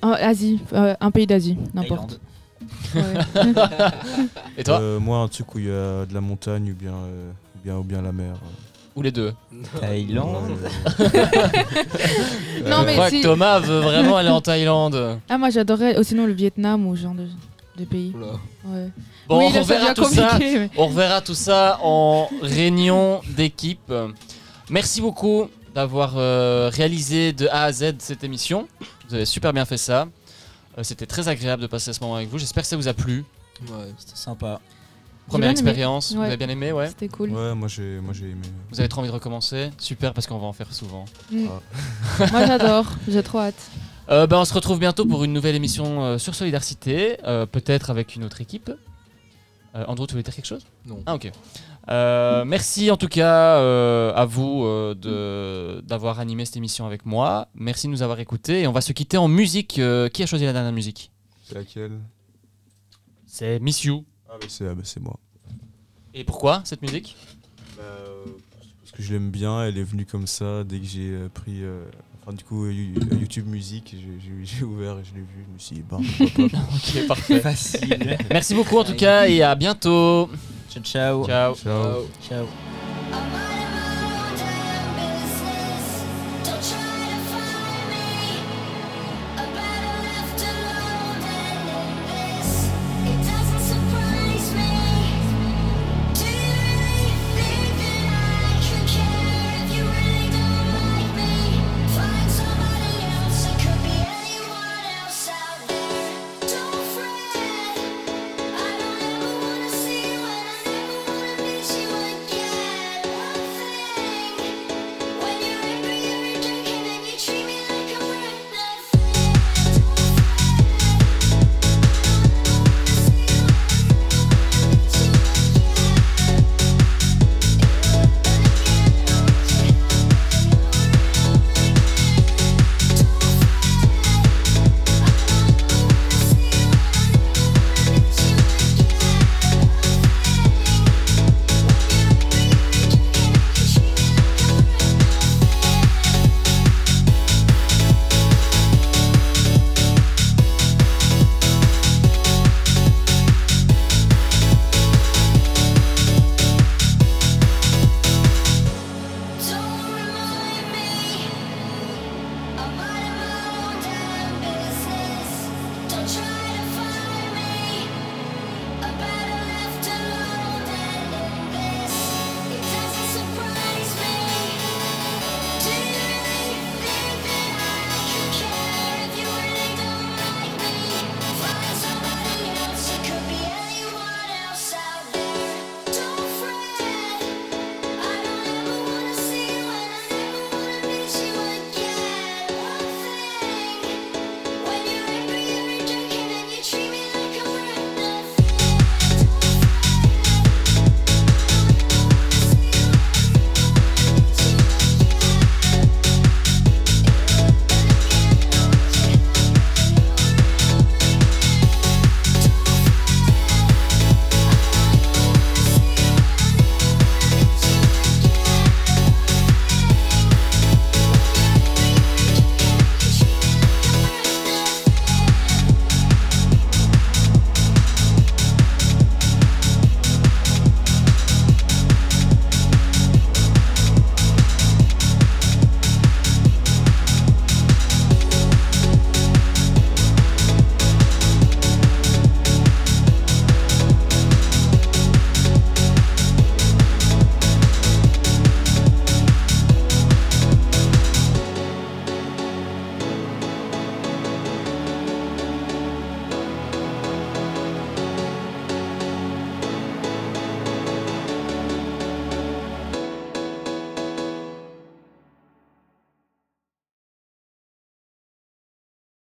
C: en Asie, euh, un pays d'Asie, n'importe. Ouais.
B: Et toi
H: Moi, un truc où il y a de la montagne ou bien, euh, ou bien, ou bien la mer. euh.
B: Ou les deux
E: Thaïlande.
B: non,
C: mais
B: crois
C: si-
B: que Euh, Thomas veut vraiment aller en Thaïlande.
C: Ah, moi j'adorais aussi non le Vietnam ou ce genre de, de pays. Ouais.
B: Bon,
C: Oui,
B: on,
C: là, ça
B: reverra
C: devient
B: tout ça,
C: compliqué, mais-
B: on reverra tout ça en réunion d'équipe. Merci beaucoup d'avoir euh, réalisé de A à Z cette émission. Vous avez super bien fait ça. Euh, C'était très agréable de passer ce moment avec vous. J'espère que ça vous a plu.
E: C'était sympa.
B: Première
E: J'ai bien aimé.
B: expérience, vous
E: Ouais.
B: avez bien aimé, ouais.
C: C'était cool.
H: Ouais, moi j'ai moi j'ai aimé.
B: Vous avez trop envie de recommencer Super, parce qu'on va en faire souvent.
C: Mm.
E: Ah.
C: moi j'adore, j'ai trop hâte.
B: Euh, ben, on se retrouve bientôt pour une nouvelle émission euh, sur Solidarité, euh, peut-être avec une autre équipe. Euh, Andrew, tu voulais dire quelque chose
F: Non.
B: Ah, ok. Euh, merci en tout cas euh, à vous euh, de- d'avoir animé cette émission avec moi. Merci de nous avoir écoutés et on va se quitter en musique. Euh, qui a choisi la dernière musique
H: C'est laquelle
B: C'est Miss You.
H: Ah, bah, c'est ah, bah, c'est moi.
B: Et pourquoi cette musique
E: Bah, euh,
H: Parce que je l'aime bien, elle est venue comme ça dès que j'ai euh, pris. euh, enfin, du coup, euh, You- euh, YouTube Musique, j'ai- j'ai- j'ai ouvert et je l'ai vu. Je me suis dit, bah, pourquoi pas.
B: Ok, parfait. Merci beaucoup en tout cas et à bientôt.
E: Ciao.
B: Ciao.
H: Ciao.
E: Ciao.
G: I